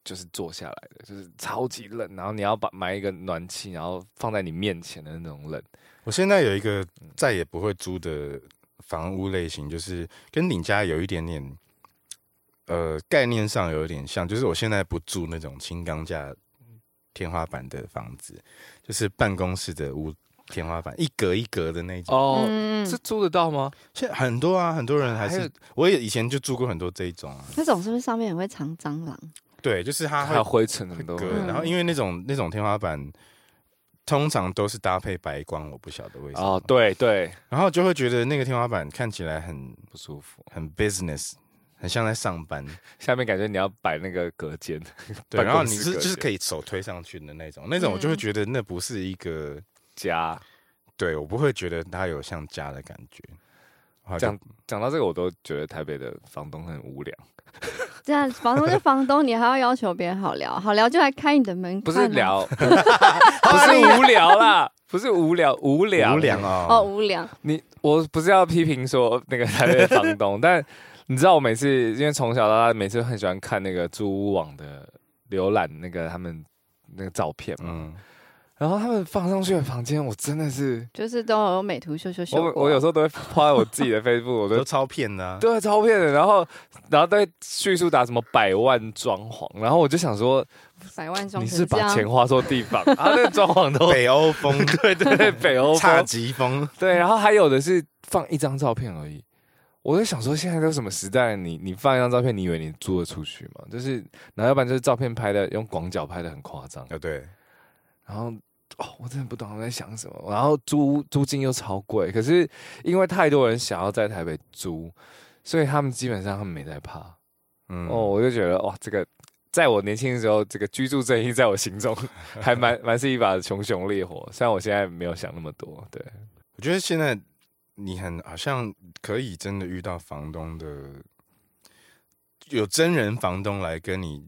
就是坐下来的，就是超级冷。然后你要把买一个暖气，然后放在你面前的那种冷。
我现在有一个再也不会租的房屋类型，就是跟顶家有一点点，呃，概念上有一点像，就是我现在不住那种轻钢架天花板的房子，就是办公室的屋天花板一格一格的那种。
哦，
嗯
这租得到吗？
现在很多啊，很多人还
还有
是我也以前就住过很多这一种啊，
那种是不是上面很会藏蟑螂？
对，就是它
还
会
有灰尘什么都
格，
嗯
然后因为那种那种天花板通常都是搭配白光，我不晓得为什么。
哦，对对，
然后就会觉得那个天花板看起来很
不舒服。
很 business，很像在上班。
下面感觉你要摆那个隔间，
对，
办
然后
公
你
室
是
隔
就是
间
可以手推上去的那种，那种我就会觉得那不是一个，
家。
对我不会觉得它有像家的感觉。好
这
像
样讲到这个，我都觉得台北的房东很无聊。*laughs*
这样房东是房东，你还要要求别人好聊，好聊就来开你的门，
不
看
是
啊
*laughs*
聊，不是无聊啦，不是无聊，无聊，
无良。
哦
哦，
无聊，
你我不是要批评说那个台北的房东， *laughs* 但你知道我每次因为从小到大每次很喜欢看那个租屋网的浏览那个他们那个照片嘛。
嗯，
然后他们放上去的房间，我真的是，
就是都有美图秀秀秀
我
过
我有时候都会抛在我自己的 Facebook，我
*laughs* 都
都
超骗的啊。
对照片的，然后然后都会叙述打什么百万装潢，然后我就想说，
百万双
你
成
是
这
把
样
钱花错地方，然后那个装潢
*laughs*
都
北欧风，
对对对，北欧
差
风
极风，
对，然后还有的是放一张照片而已。我在想说，现在都什么时代了，你你放一张照片，你以为你租得出去吗？就是，然后要不然就是照片拍的用广角拍的很夸张，
啊对，
然后哦，我真的不懂他们在想什么。然后租租金又超贵，可是因为太多人想要在台北租，所以他们基本上他们没在怕。
嗯
哦，我就觉得哇，这个在我年轻的时候，这个居住正义在我心中 *laughs* 还蛮蛮是一把熊熊烈火。虽然我现在没有想那么多，对，
我觉得现在你很好像可以真的遇到房东的，有真人房东来跟你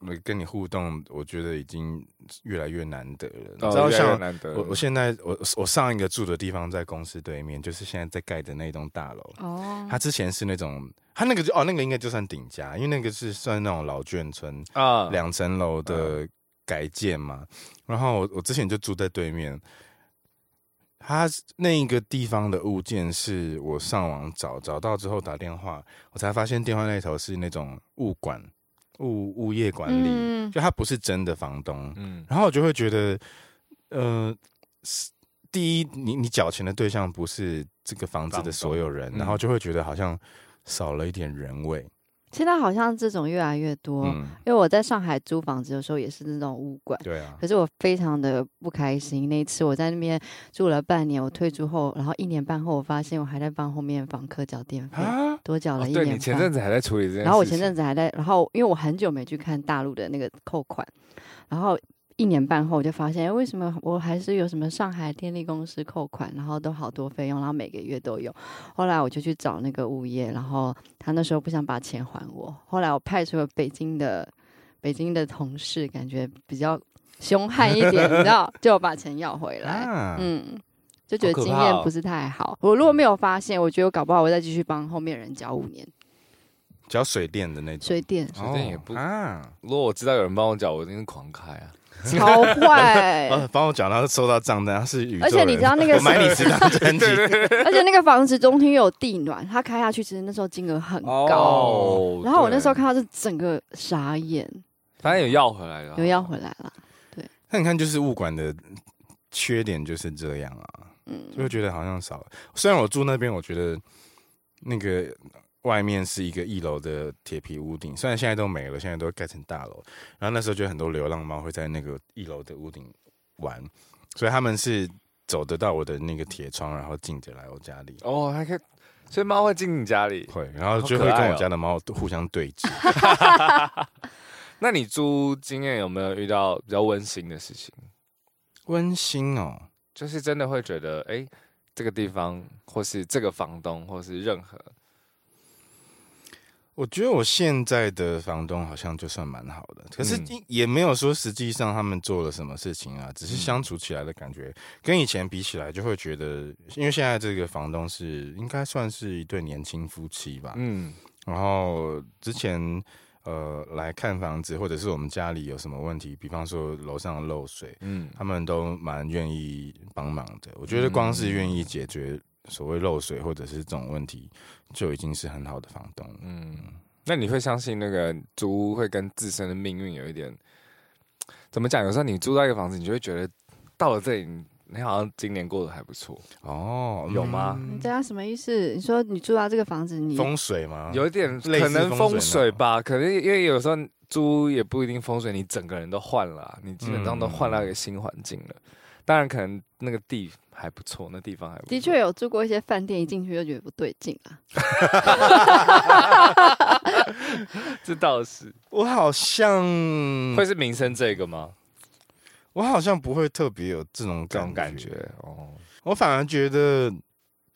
来跟你互动，我觉得已经越来越难得了。你知道
哦越来越
像。
难得，
我我现在我我上一个住的地方在公司对面，就是现在在盖的那栋大楼。
哦
它，之前是那种，它那个就哦，那个应该就算顶家，因为那个是算那种老眷村，
啊
两层楼的改建嘛。然后我我之前就住在对面，它是那一个地方的物件是我上网找，找到之后打电话，我才发现电话那头是那种物管物物业管理，
嗯
就它不是真的房东。
嗯
然后我就会觉得，呃，是第一，你你缴钱的对象不是这个房子
房
的
东
所有人，
嗯
然后就会觉得好像少了一点人味。
现在好像这种越来越多，
嗯，
因为我在上海租房子的时候也是那种物管。
对啊
可，是我非常的不开心。那一次我在那边住了半年，我退租后，然后一年半后，我发现我还在帮后面房客缴电费，
啊，
多缴
哦
了一
对
年
你前
半。
阵子还在处理这件事情，
然后我前阵子还在，然后因为我很久没去看大陆的那个扣款，然后一年半后我就发现，哎，为什么我还是有什么上海电力公司扣款，然后都好多费用，然后每个月都有。后来我就去找那个物业，然后他那时候不想把钱还我，后来我派出了北京的北京的同事，感觉比较凶悍一点，你知道，就把钱要回来。
啊，
嗯，就觉
好
得
可
经
怕
验
哦
不是太好。我如果没有发现，我觉得我搞不好我再继续帮后面人缴五年
只要水电的那种，
水电。
水电也不
哦啊。
如果我知道有人帮我缴，我一定是狂开啊！
超
*laughs*
坏，
哎
呃，帮我讲，他收到账单，他是宇宙
而且你
人
知道那个
我买
是
你十张
*laughs*
专辑，
*laughs* 而且那个房子中庭又有地暖，它开下去其实那时候金额很高。
哦
然后我那时候
对
看到是整个傻眼，
反正有要回来了，
有要回来了，
那你看，就是物管的缺点就是这样啊，就会
嗯，
觉得好像少了。虽然我住那边，我觉得那个外面是一个一楼的铁皮屋顶，虽然现在都没了，现在都盖成大楼。然后那时候就很多流浪猫会在那个一楼的屋顶玩，所以他们是走得到我的那个铁窗，然后进得来我家里。
哦，还可以，所以猫会进你家里。
会，然后就会
好可爱
跟
哦
我家的猫互相对峙。
那你租经验有没有遇到比较温馨的事情？
温馨哦，
就是真的会觉得，哎、这个地方，或是这个房东，或是任何，
我觉得我现在的房东好像就算蛮好的，可是
嗯
也也没有说实际上他们做了什么事情啊，只是
嗯
相处起来的感觉跟以前比起来，就会觉得，因为现在这个房东是应该算是一对年轻夫妻吧，
嗯，
然后之前呃来看房子，或者是我们家里有什么问题，比方说楼上漏水，
嗯，
他们都蛮愿意帮忙的。我觉得光是愿意解决所谓漏水或者是这种问题，就已经是很好的房东了。
嗯，那你会相信那个租屋会跟自身的命运有一点怎么讲？有时候你租到一个房子，你就会觉得到了这里，你你好像今年过得还不错，
哦，
有吗
嗯
你对啊，什么意思？你说你住到这个房子，你
风水吗？
有一点
类似
可能
风水
风水吧，可能因为有时候租屋也不一定风水，你整个人都换了啊、你基本上都换到一个新环境了。当然，可能那个地还不错，那地方还不错
的确有住过一些饭店，一进去就觉得不对劲啊。
这倒是
我好像
会是民生这个吗？
我好像不会特别有这种
这
感
种感觉哦，
我反而觉得，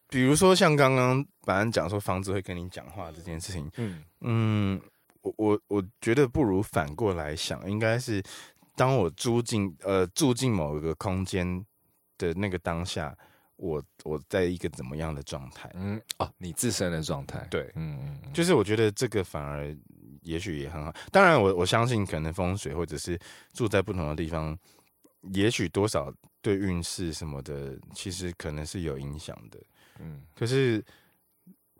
比如说像刚刚板安讲说房子会跟你讲话这件事情，
嗯，
嗯，我我我觉得不如反过来想，应该是当我住进呃住进某一个空间的那个当下，我我在一个怎么样的状态。
嗯，哦，你自身的状态，
对
嗯，嗯嗯，
就是我觉得这个反而也许也很好。当然我，我相信可能风水或者是住在不同的地方，也许多少对运势什么的，其实可能是有影响的。
嗯，
可是，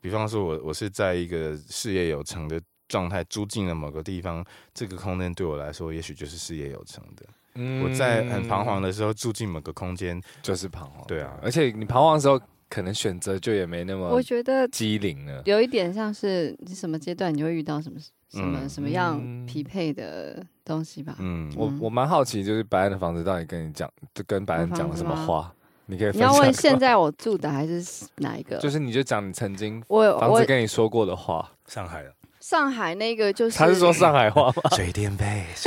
比方说我我是在一个事业有成的状态，住进了某个地方，这个空间对我来说，也许就是事业有成的。
嗯
我在很彷徨，的时候住进某个空间，
就是彷徨，
对啊
而且你彷徨的时候，可能选择就也没那么
我觉得
机灵了，
有一点像是你什么阶段你会遇到什么什么、
嗯
什么样
嗯
匹配的东西吧。
嗯，
我我蛮好奇，就是白安的房子到底跟你讲，就跟白安讲了什么
我房子
话？你可以
你
分
要
享
问现在我住的还是哪一个？
就是你就讲你曾经
我
房子
我
跟你说过的话，
上海了，
上海那个就是
他是说上海话
*laughs*
吗？
水电费，
*laughs*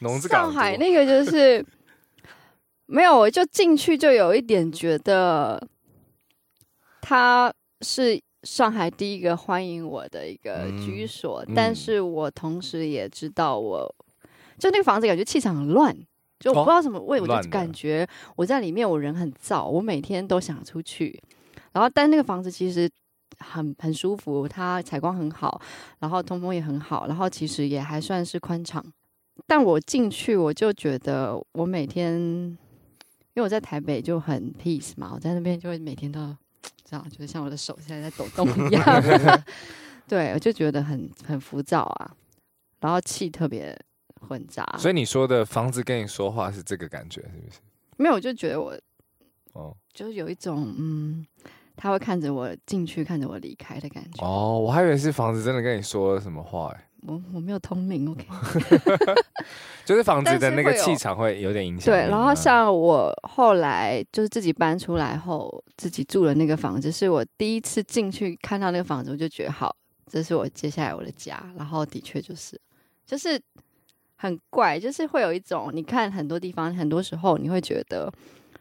农子港
上海那个就是没有，我就进去就有一点觉得它是上海第一个欢迎我的一个
嗯
居所，
嗯
但是我同时也知道我就那个房子感觉气场很乱。就我
哦
不知道什么为，我
乱
就
的
感觉我在里面，我人很燥，我每天都想出去。然后，但那个房子其实很很舒服，它采光很好，然后通风也很好，然后其实也还算是宽敞。但我进去，我就觉得我每天，因为我在台北就很 peace 嘛，我在那边就会每天都这样，就是像我的手现在在抖动一样， *laughs* 对，我就觉得很很浮躁啊，然后气特别混杂，
所以你说的房子跟你说话是这个感觉，是不是？
没有，我就觉得我
哦
就是有一种嗯，他会看着我进去，看着我离开的感觉。
哦，我还以为是房子真的跟你说了什么话、欸，
我我没有通灵，OK？
就是房子的
但是
那个
会有
气场会有点影响你
对
啊。，
然后像我后来就是自己搬出来后，自己住的那个房子，是我第一次进去看到那个房子，我就觉得好，这是我接下来我的家。然后的确就是，就是很怪，就是会有一种你看很多地方，很多时候你会觉得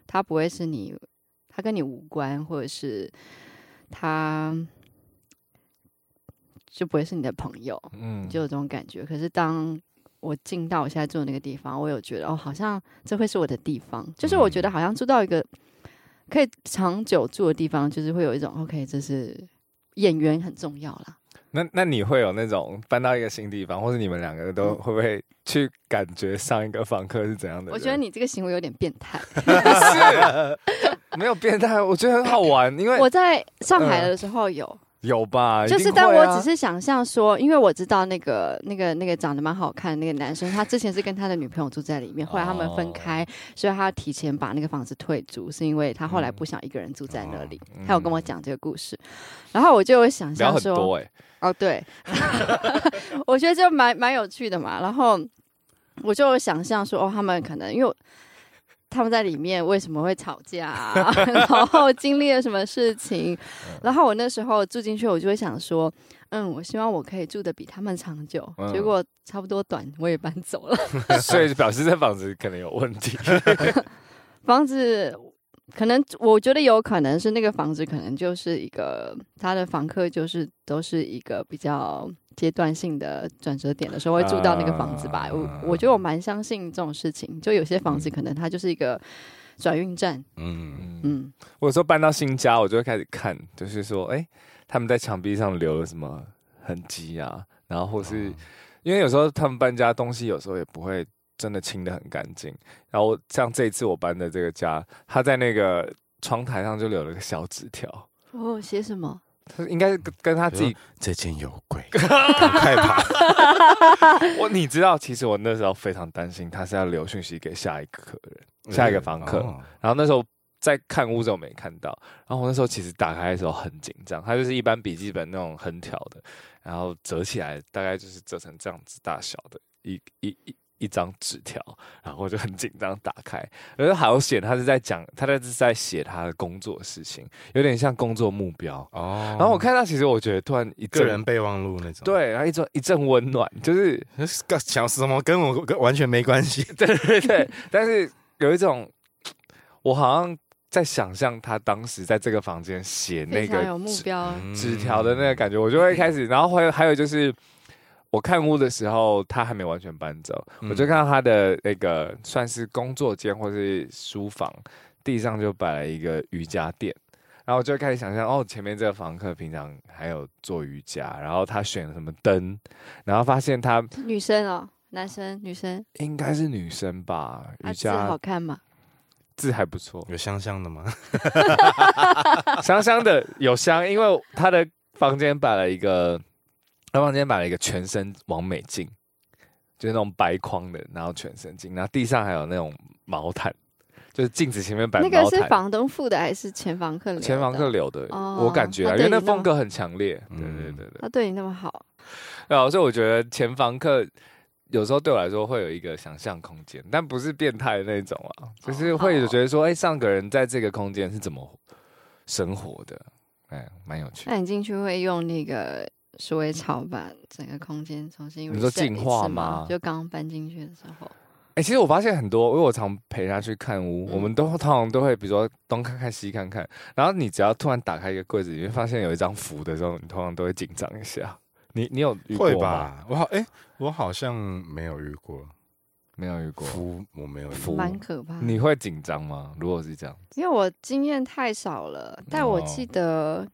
它不会是你，它跟你无关，或者是它就不会是你的朋友。
嗯
就有这种感觉。可是当我进到我现在住的那个地方，我有觉得哦，好像这会是我的地方，就是我觉得好像住到一个可以长久住的地方，就是会有一种 OK，这是演员很重要啦。
那那你会有那种搬到一个新地方，或者你们两个都会不会去感觉上一个房客是怎样的人？
我觉得你这个行为有点变态。
没有变态，我觉得很好玩，因为
我在上海的时候有，
有吧，一
就
定
是但
会啊
我只是想象说，因为我知道那个那个那个长得蛮好看的那个男生，他之前是跟他的女朋友住在里面，后来他们
哦
分开，所以他提前把那个房子退租，是因为他后来
嗯
不想一个人住在那里。他有跟我讲这个故事，然后我就有想
哦聊
象
很
说，
多哎，
哦，对， *laughs* 我觉得就蛮蛮有趣的嘛。然后我就想象说，哦，他们可能因为我他们在里面为什么会吵架、啊， *laughs* 然后经历了什么事情，然后我那时候住进去，我就会想说，嗯，我希望我可以住的比他们长久。
嗯
结果差不多短，我也搬走了，
所以表示这房子可能有问题。
房子。可能我觉得有可能是那个房子，可能就是一个他的房客，就是都是一个比较阶段性的转折点的时候会住到那个房子吧。
啊
我我觉得我蛮相信这种事情，就有些房子可能它就是一个转运站，
嗯，
嗯，
嗯，
我有时候搬到新家，我就会开始看，就是说，哎、他们在墙壁上留了什么痕迹啊，然后或是、因为有时候他们搬家东西，有时候也不会真的清的很干净。然后像这一次我搬的这个家，他在那个窗台上就留了个小纸条，
哦，写什么？
他应该是跟跟他自己
这间有鬼，赶快跑，
*laughs* 我你知道，其实我那时候非常担心他是要留讯息给下一个客人， *laughs* 下一个房客。
哦
然后那时候在看屋子，我没看到。然后我那时候其实打开的时候很紧张，它就是一般笔记本那种横条的，然后折起来大概就是折成这样子大小的一一一一张纸条，然后我就很紧张打开，而好险他是在讲，他在是在写他的工作事情，有点像工作目标。
哦
然后我看到，其实我觉得突然一阵
个人备忘录那种，
对，然后一阵一阵温暖，就是
对，想什么跟我跟完全没
*laughs*
关系，
对对对，但是有一种，我好像在想象他当时在这个房间写那
非常
个
有目
纸
标。
嗯
嗯
纸条的那个感觉，我就会开始。然后还有还有就是，我看屋的时候，他还没完全搬走，
嗯
我就看到他的那个算是工作间或是书房地上就摆了一个瑜伽垫，然后我就开始想象，哦，前面这个房客平常还有做瑜伽，然后他选了什么灯，然后发现他
女生哦，男生女生，
应该是女生吧，
啊
瑜
字好
伽
看吗？
字还不错，
有香香的吗？
香香的有香，因为他的房间摆了一个，他房间摆了一个全身完美镜，就是那种白框的，然后全身镜，然后地上还有那种毛毯，就是镜子前面摆
那
毛
个
毯。
是房东付的还是前房客留的？
前房客留的，
哦
我感觉啊，
他
因
对
为那
你那么
风格很强烈。对
嗯
对对对，
他对你那么好，
然后所以我觉得前房客有时候对我来说会有一个想象空间，但不是变态的那种啊，就是会觉得说，哎，上个人在这个空间是怎么生活的，哎，蛮有趣的。
那你进去会用那个鼠尾草把整个空间重新
你说
reset
净
一次
化吗
吗？就刚搬进去的时候，
哎、其实我发现很多，因为我常陪他去看屋，
嗯
我们都通常都会，比如说东看看西看看，然后你只要突然打开一个柜子，你会发现有一张符的时候，你通常都会紧张一下。你你有遇过
会
吗？
吧？我好哎、我好像没有遇过
没有遇过。
夫，我没有遇
夫
过
蛮可怕的。
你会紧张吗？如果是这样，
因为我经验太少了，但我
哦
记得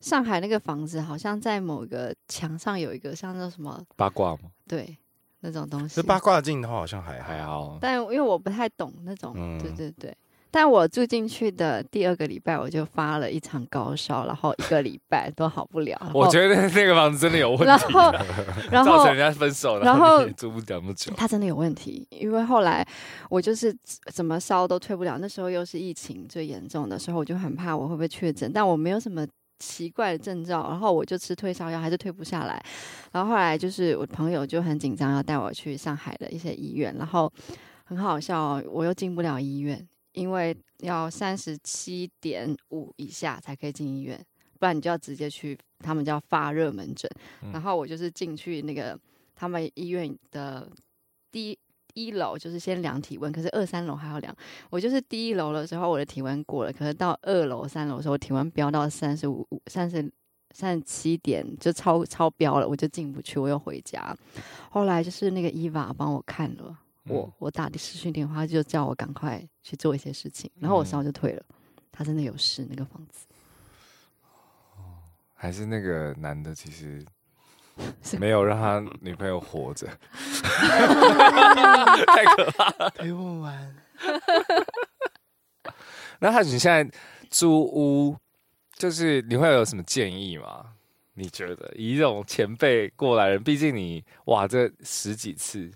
上海那个房子好像在某个墙上有一个像那什么
八卦吗？
对那种东西
这，八卦镜头好像哎还
还
好，
好，
但因为我不太懂那种，
嗯
对对对。但我住进去的第二个礼拜，我就发了一场高烧，然后一个礼拜都好不了。然后
我觉得那个房子真的有问
然
题，啊
后，
*laughs*
然
造
后
成人家分手，
然
后
后
你也住不了那么久。
他真的有问题，因为后来我就是怎么烧都退不了，那时候又是疫情最严重的时候，我就很怕我会不会确诊，但我没有什么奇怪的症状，然后我就吃退烧药还是退不下来，然后后来就是我朋友就很紧张要带我去上海的一些医院，然后很好笑、哦，我又进不了医院，因为要三十七点五以下才可以进医院，不然你就要直接去他们叫发热门诊，
嗯
然后我就是进去那个他们医院的第一一楼就是先量体温，可是二三楼还要量。我就是第一楼的时候我的体温过了，可是到二楼、三楼的时候，我体温飙到三十五、三十三十七点，就超超标了，我就进不去，我又回家。后来就是那个伊娃帮我看了。我、
嗯
我打的视讯电话就叫我赶快去做一些事情，然后我
嗯
烧就退了。他真的有事，那个房子
还是那个男的其实没有让他女朋友活着，太可怕。
陪我玩。
*laughs* 那他你现在租屋，就是你会有什么建议吗？你觉得以这种前辈过来人，毕竟你哇这十几次，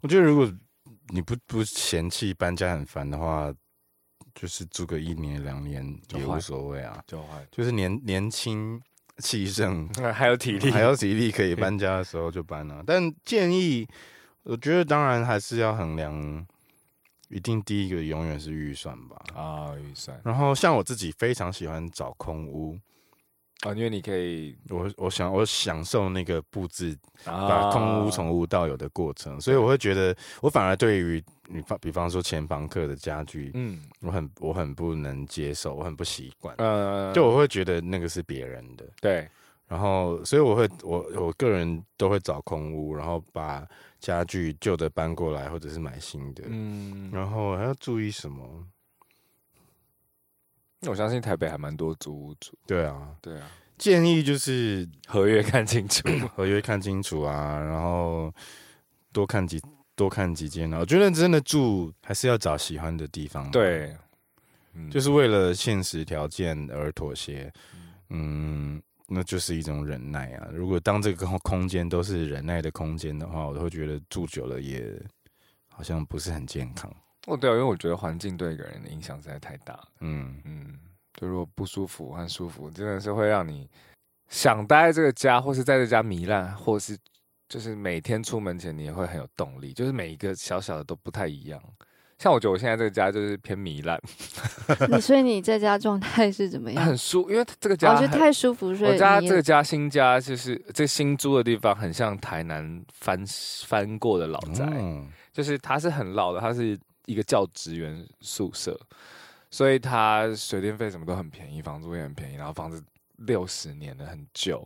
我觉得如果你不不嫌弃搬家很烦的话，就是住个一年两年
就
也
换
无所谓啊。
就换，
就是年年轻气盛，
*laughs* 还有体力，
还有体力可以搬家的时候就搬了、但建议，我觉得当然还是要衡量，一定第一个永远是预算吧。
啊预算
然后像我自己非常喜欢找空屋，
啊，因为你可以
我我想我享受那个布置把
把
空屋从无到有的过程，所以我会觉得我反而对于你方比方说前房客的家具，
嗯
我很我很不能接受，我很不习惯，
呃
就我会觉得那个是别人的。
对
然后，所以我会，我我个人都会找空屋，然后把家具旧的搬过来，或者是买新的。
嗯，
然后还要注意什么？
我相信台北还蛮多租屋主，
对啊，嗯
对啊，
建议就是
合约看清楚。
合约看清楚啊，然后多看几多看几间啊。我觉得真的住还是要找喜欢的地方，，
对，嗯，
就是是为了现实条件而妥协。嗯，那就是一种忍耐啊。如果当这个空空间都是忍耐的空间的话，我都会觉得住久了也好像不是很健康。
哦，对啊，因为我觉得环境对一个人的影响实在太大了。
嗯，
嗯，就如果不舒服和舒服，真的是会让你想待在这个家，或是在这家糜烂，或是就是每天出门前你也会很有动力，就是每一个小小的都不太一样。像我觉得我现在这个家就是偏糜烂， *laughs*
你所以你在家状态是怎么样？
很舒，因为这个 *laughs* 家
我觉得
很
哦太舒服，所以
我家
你
这个家新家就是这新租的地方，很像台南翻翻过的老宅，
哦
就是它是很老的，它是一个教职员宿舍，所以它水电费什么都很便宜，房租也很便宜，然后房子六十年了，很旧，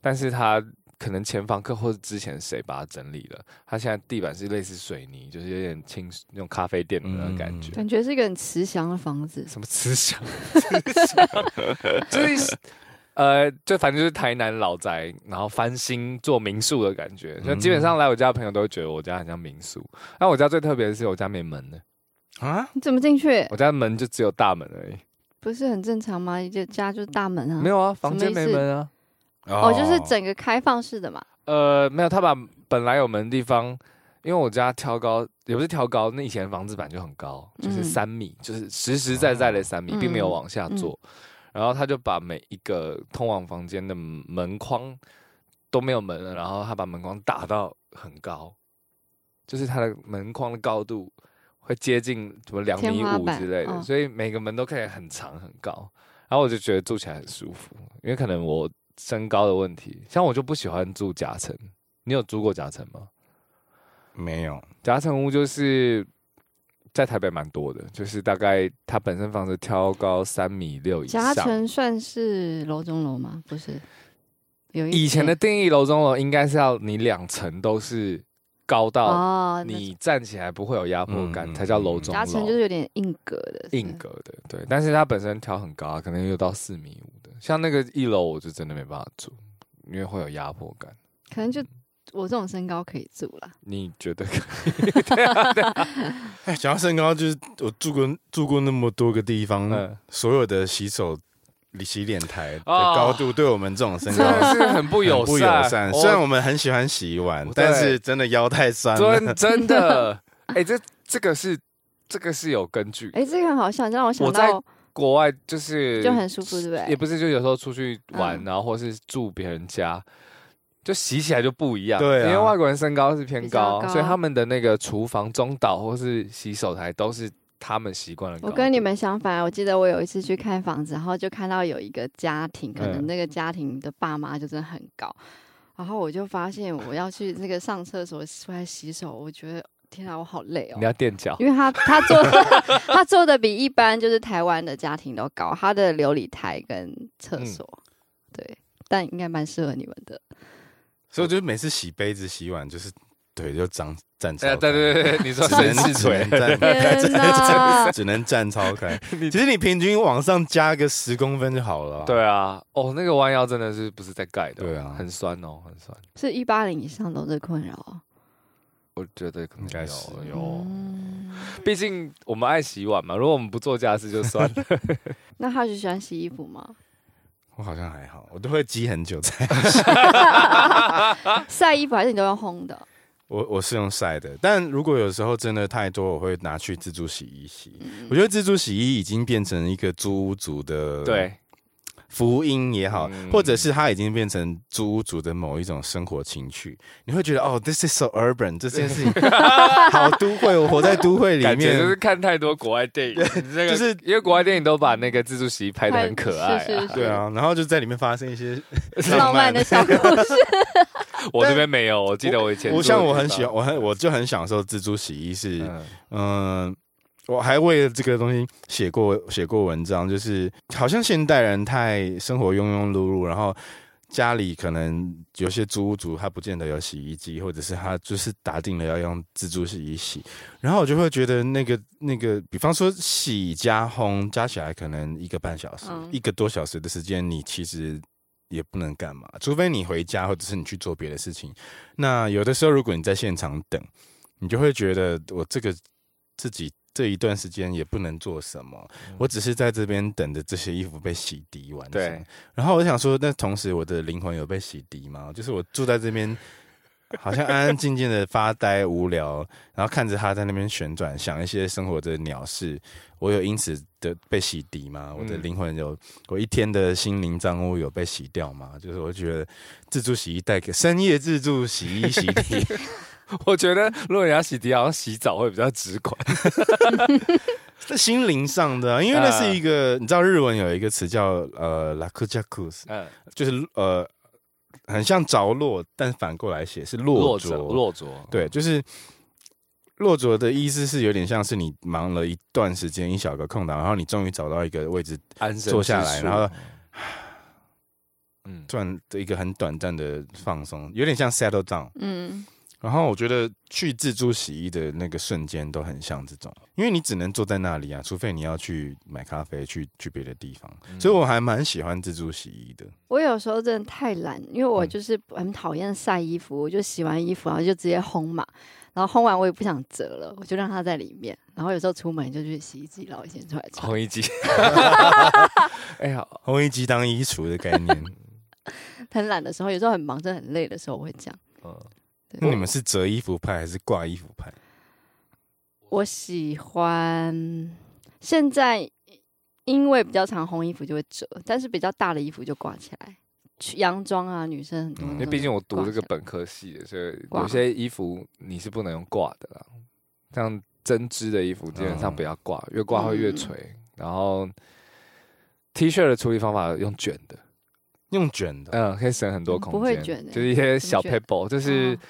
但是它可能前房客或者之前谁把它整理了，它现在地板是类似水泥，就是有点清那种咖啡店的那种感觉。
感觉是一个很慈祥的房子。
什么慈祥，慈祥 *laughs* 就是呃，就反正就是台南老宅，然后翻新做民宿的感觉。那基本上来我家的朋友都会觉得我家很像民宿。那我家最特别的是我家没门的，
嗯
啊，
你怎么进去？
我家的门就只有大门而已，
不是很正常吗？一个家就是大门啊。
没有啊，
么
房间没
意思
门啊。
哦，就是整个开放式的嘛。
呃，没有，他把本来有门的地方，因为我家挑高也不是挑高，那以前房子板就很高，就是
嗯
三米，就是实实在在的三米，并没有
嗯
往下做。然后他就把每一个通往房间的门框都没有门了，然后他把门框打到很高，就是它的门框的高度会接近什么两
天
米
花
五
板
之类的，
嗯
所以每个门都看起来很长很高。然后我就觉得住起来很舒服，因为可能我身高的问题，像我就不喜欢住夹层。你有住过夹层吗？
没有，
夹层屋就是在台北蛮多的，就是大概它本身房子挑高三米六以
夹
上。
层算是楼中楼吗？不是，有一
以前的
点
定义楼中楼应该是要你两层都是高到
哦，那
你站起来不会有压迫感，
嗯
才叫楼中
夹层就
楼。
是有点硬格的，是
硬格的，对，但是它本身挑很高啊，可能有到四米五的。像那个一楼，我就真的没办法住，因为会有压迫感。
可能就
嗯
我这种身高可以住啦。
你觉得？
哎，讲到身高，就是我住过住过那么多个地方，
嗯，
所有的洗手洗脸台的
哦
高度，对我们这种身
*laughs* 真
高
的是很不
很
友哦
不友善。虽然我们很喜欢洗碗，
对
但是真的腰太酸了。
真真的，
*laughs*
哎、这这个是这个是有根据。
哎，这个很好笑，你让我
我
想
在
到
国外就是
就很舒服，对不
也
对？
不是，就有时候出去玩，
嗯
然后或是住别人家，就洗起来就不一样。
对啊
因为外国人身高是偏
比
高，啊
较高
所以他们的那个厨房中岛或是洗手台都是他们习惯的高
我
度。
跟你们相反，我记得我有一次去看房子，然后就看到有一个家庭，可
嗯
能那个家庭的爸妈就真的很高，然后我就发现我要去那个上厕所出来洗手，我觉得天啊，我好累哦
你。要垫脚，
因为他他做他做的比一般就是台湾的家庭都高，他的琉璃台跟
嗯
厕所，对，但应该蛮适合你们的。
所以我就每次洗杯子、洗碗，就是腿就长站超
哎
开，
对对对对，
*laughs*
你说
只
绅
能
士
只
腿
能，站，
天哪！
只能站
*laughs*
超开。其实你平均往上加个十公分就好了啊。
对啊，哦，那个弯腰真的是不是在盖的哦，
对啊
很酸哦，很酸。
是一八零以上都是困扰哦。
我觉得可能
应该是
有有，
嗯，
毕竟我们爱洗碗嘛。如果我们不做家事就算
*laughs*
了。
那他就喜欢洗衣
*laughs*
服吗？
我好像还好，我都会积很久才。
晒衣服还是你都要烘的？
我我是用晒的，但如果有时候真的太多，我会拿去自助洗衣洗。
嗯
我觉得自助洗衣已经变成一个租屋族的
对，
福音也好，
嗯
或者是它已经变成租屋族的某一种生活情趣。你会觉得哦，this is so urban，这
*laughs*
件事情好都会，我活在都会里
感觉
面，
就是看太多国外
*laughs*
电影，这个
就是
因为国外电影都把那个自助洗衣拍的很可爱、啊。
是是是
对啊，然后就在里面发生一些
*laughs* 浪漫的小故事。
我这边没有，我记得我以前住
我
的
像我
地
很
方
喜欢，，我很我就很享受自助洗衣是，
嗯
嗯、我还为了这个东西写过写过文章，就是好像现代人太生活庸庸碌碌，然后家里可能有些租屋族他不见得有洗衣机，或者是他就是打定了要用自助洗衣洗，然后我就会觉得那个那个，比方说洗加烘加起来可能一个半小时、
嗯
一个多小时的时间，你其实也不能干嘛，除非你回家或者是你去做别的事情。那有的时候如果你在现场等，你就会觉得我这个自己这一段时间也不能做什么，我只是在这边等着这些衣服被洗涤完成。
嗯对，
然后我想说，那同时我的灵魂有被洗涤吗？就是我住在这边，好像安安静静的发呆无聊，然后看着它在那边旋转，想一些生活的鸟事。我有因此的被洗涤吗？我的
嗯
灵魂有、我一天的心灵脏污有被洗掉吗？就是我觉得自助洗衣带给深夜自助洗衣洗涤，
我觉得如果你要洗涤，好像洗澡会比较直观。
这心灵上的啊，因为那是一个、你知道日文有一个词叫呃拉库加库斯，
嗯，
就是呃很像着落，但反过来写是落
落
着
着落着，
对，就是落着的意思是有点像是你忙了一段时间，一小个空档，然后你终于找到一个位置
安身
坐下
之
来
处
啊然后
嗯，
算一个很短暂的放松，有点像 settle down。
嗯，
然后我觉得去自助洗衣的那个瞬间都很像这种，因为你只能坐在那里啊，除非你要去买咖啡，去去别的地方。
嗯
所以我还蛮喜欢自助洗衣的。
*laughs* 我有时候真的太懒，因为我
嗯
就是很讨厌晒衣服，我就洗完衣服然后就直接烘嘛，然后烘完我也不想折了，我就让它在里面。然后有时候出门就去洗衣机捞一件出来穿。
红衣
*laughs*
机，哎呀，
烘衣机当衣橱的
*laughs*
概念，
很懒的时候，有时候很忙、真的很累的时候，我会这样。
嗯，
对
那你们是折衣服派还是挂衣服派？
我喜欢现在，因为比较常烘衣服就会折，但是比较大的衣服就挂起来，去洋装啊，女生很多
嗯
因
都是挂起来。
为毕竟我读这个本科系的，所以有些衣服你是不能用挂的啦，像针织的衣服基本
嗯
上不要挂，越挂会越垂。然后 T 恤的处理方法用卷的，
用卷的，
嗯，可以省很多空间，
不会卷欸
就是一些小
怎么卷
paper，就是
哦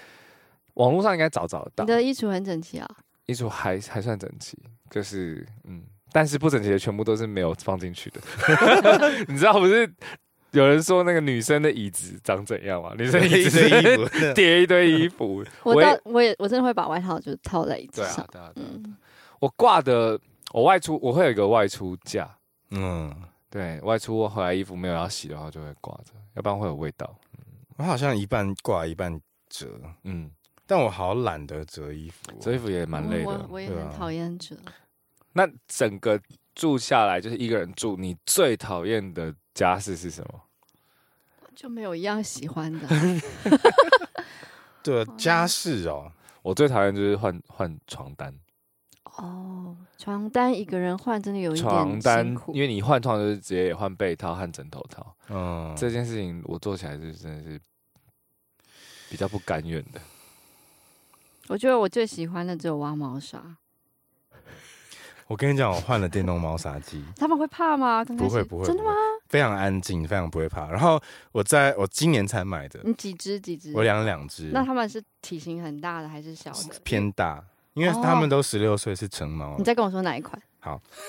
网络上应该找找得到
你。的衣橱很整齐啊，
衣橱还还算整齐，就是嗯，但是不整齐的全部都是没有放进去 *laughs* 的。你知道不是有人说那个女生的椅子长怎样吗？女生的椅
一
子
堆衣
服 *laughs*
服，
叠一堆衣服。
我
也
到我也我真的会把外套就是套在椅
*laughs*
子
对
上
啊，，对啊，对啊。
嗯，
我挂的，我外出我会有一个外出架，
*laughs* 嗯，
对外出我回来衣服没有要洗的话就会挂着，要不然会有味道。
我好像一半挂一半折，
嗯，
但我好懒得折衣服哦、
折衣服也蛮累
我
的
我。我也
对
很
啊
讨厌折。
那整个住下来就是一个人住，你最讨厌的家事是什么？
就没有一样喜欢的，
对家事哦、
我最讨厌就是换换床单。
哦，床单一个人换真的有一
床
点辛
单，
苦
因，为你换床就是直接也换被套和枕头套，
嗯，
这件事情我做起来就是真的是比较不甘愿的。
我觉得我最喜欢的只有挖毛砂，
我跟你讲，我换了电动猫砂机，
他们会怕吗？刚开
不
始
会不会，
真的吗？
不会？非常安静，非常不会怕。然后我在我今年才买的，
你几只几只？
我养两只，
嗯那他们是体型很大的还是小的？
偏大，因为
哦
他们都十六岁是成猫
你
了。
再跟我说哪一款？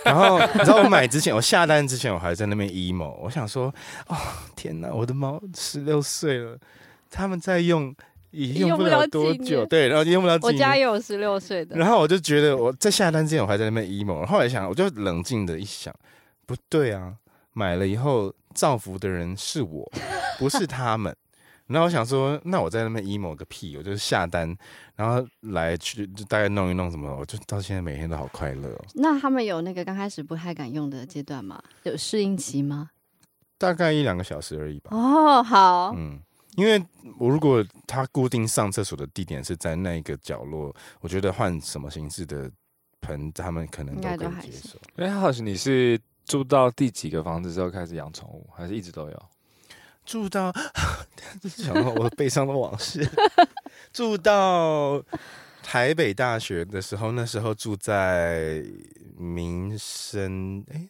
然后你知道我买之前，我下单之前我还在那边 emo，我想说，哦天哪，我的猫十六岁了，他们在用也
用
用
不
了
了
多
几
久，
年
对，然后用不了几
我家
年。
也有十六岁的，
然后我就觉得我在下单之前我还在那边 emo，然后后来想，我就冷静的一想，不对啊，买了以后造福的人是我，不是
*laughs*
他们。然后我想说，那我在那边 emo 个屁，我就是下单，然后来去就大概弄一弄什么，我就到现在每天都好快乐、哦。
那他们有那个刚开始不太敢用的阶段吗？有适应期吗？
大概一两个小时而已吧。
哦，好，
嗯，因为我如果他固定上厕所的地点是在那一个角落，我觉得换什么形式的盆，他们可能
应
都
该
可
都
以
还
接
行
受。
哎，好像你是住到第几个房子之后开始养宠物，还是一直都有？
住到， *laughs* 想到我悲伤的往 *laughs* 事。住到台北大学的时候，那时候住在民生，哎、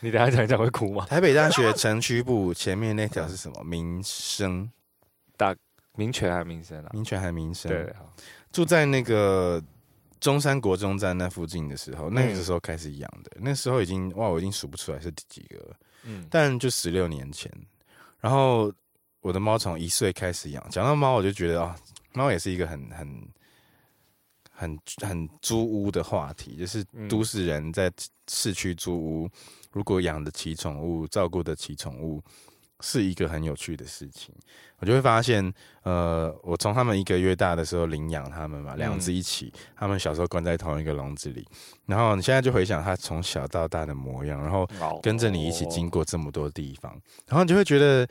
你等一下讲一讲会哭吗？
台北大学城区部前面那条是什么？民生，
*laughs* 民权还是民生啊？
民权还民生？
对，，啊好
住在那个中山国中站那附近的时候，那个时候开始养的，那时候已经哇，我已经数不出来是第几个了。
嗯，
但就十六年前，然后我的猫从一岁开始养。讲到猫，我就觉得啊，猫也是一个很很很很租屋的话题，就是
嗯
都市人在市区租屋，如果养得起宠物，照顾得起宠物。是一个很有趣的事情，我就会发现，呃，我从他们一个月大的时候领养他们
嗯
嘛，两只一起，他们小时候关在同一个笼子里，然后你现在就回想它从小到大的模样，然后
哦
跟着你一起经过这么多地方，然后你就会觉得，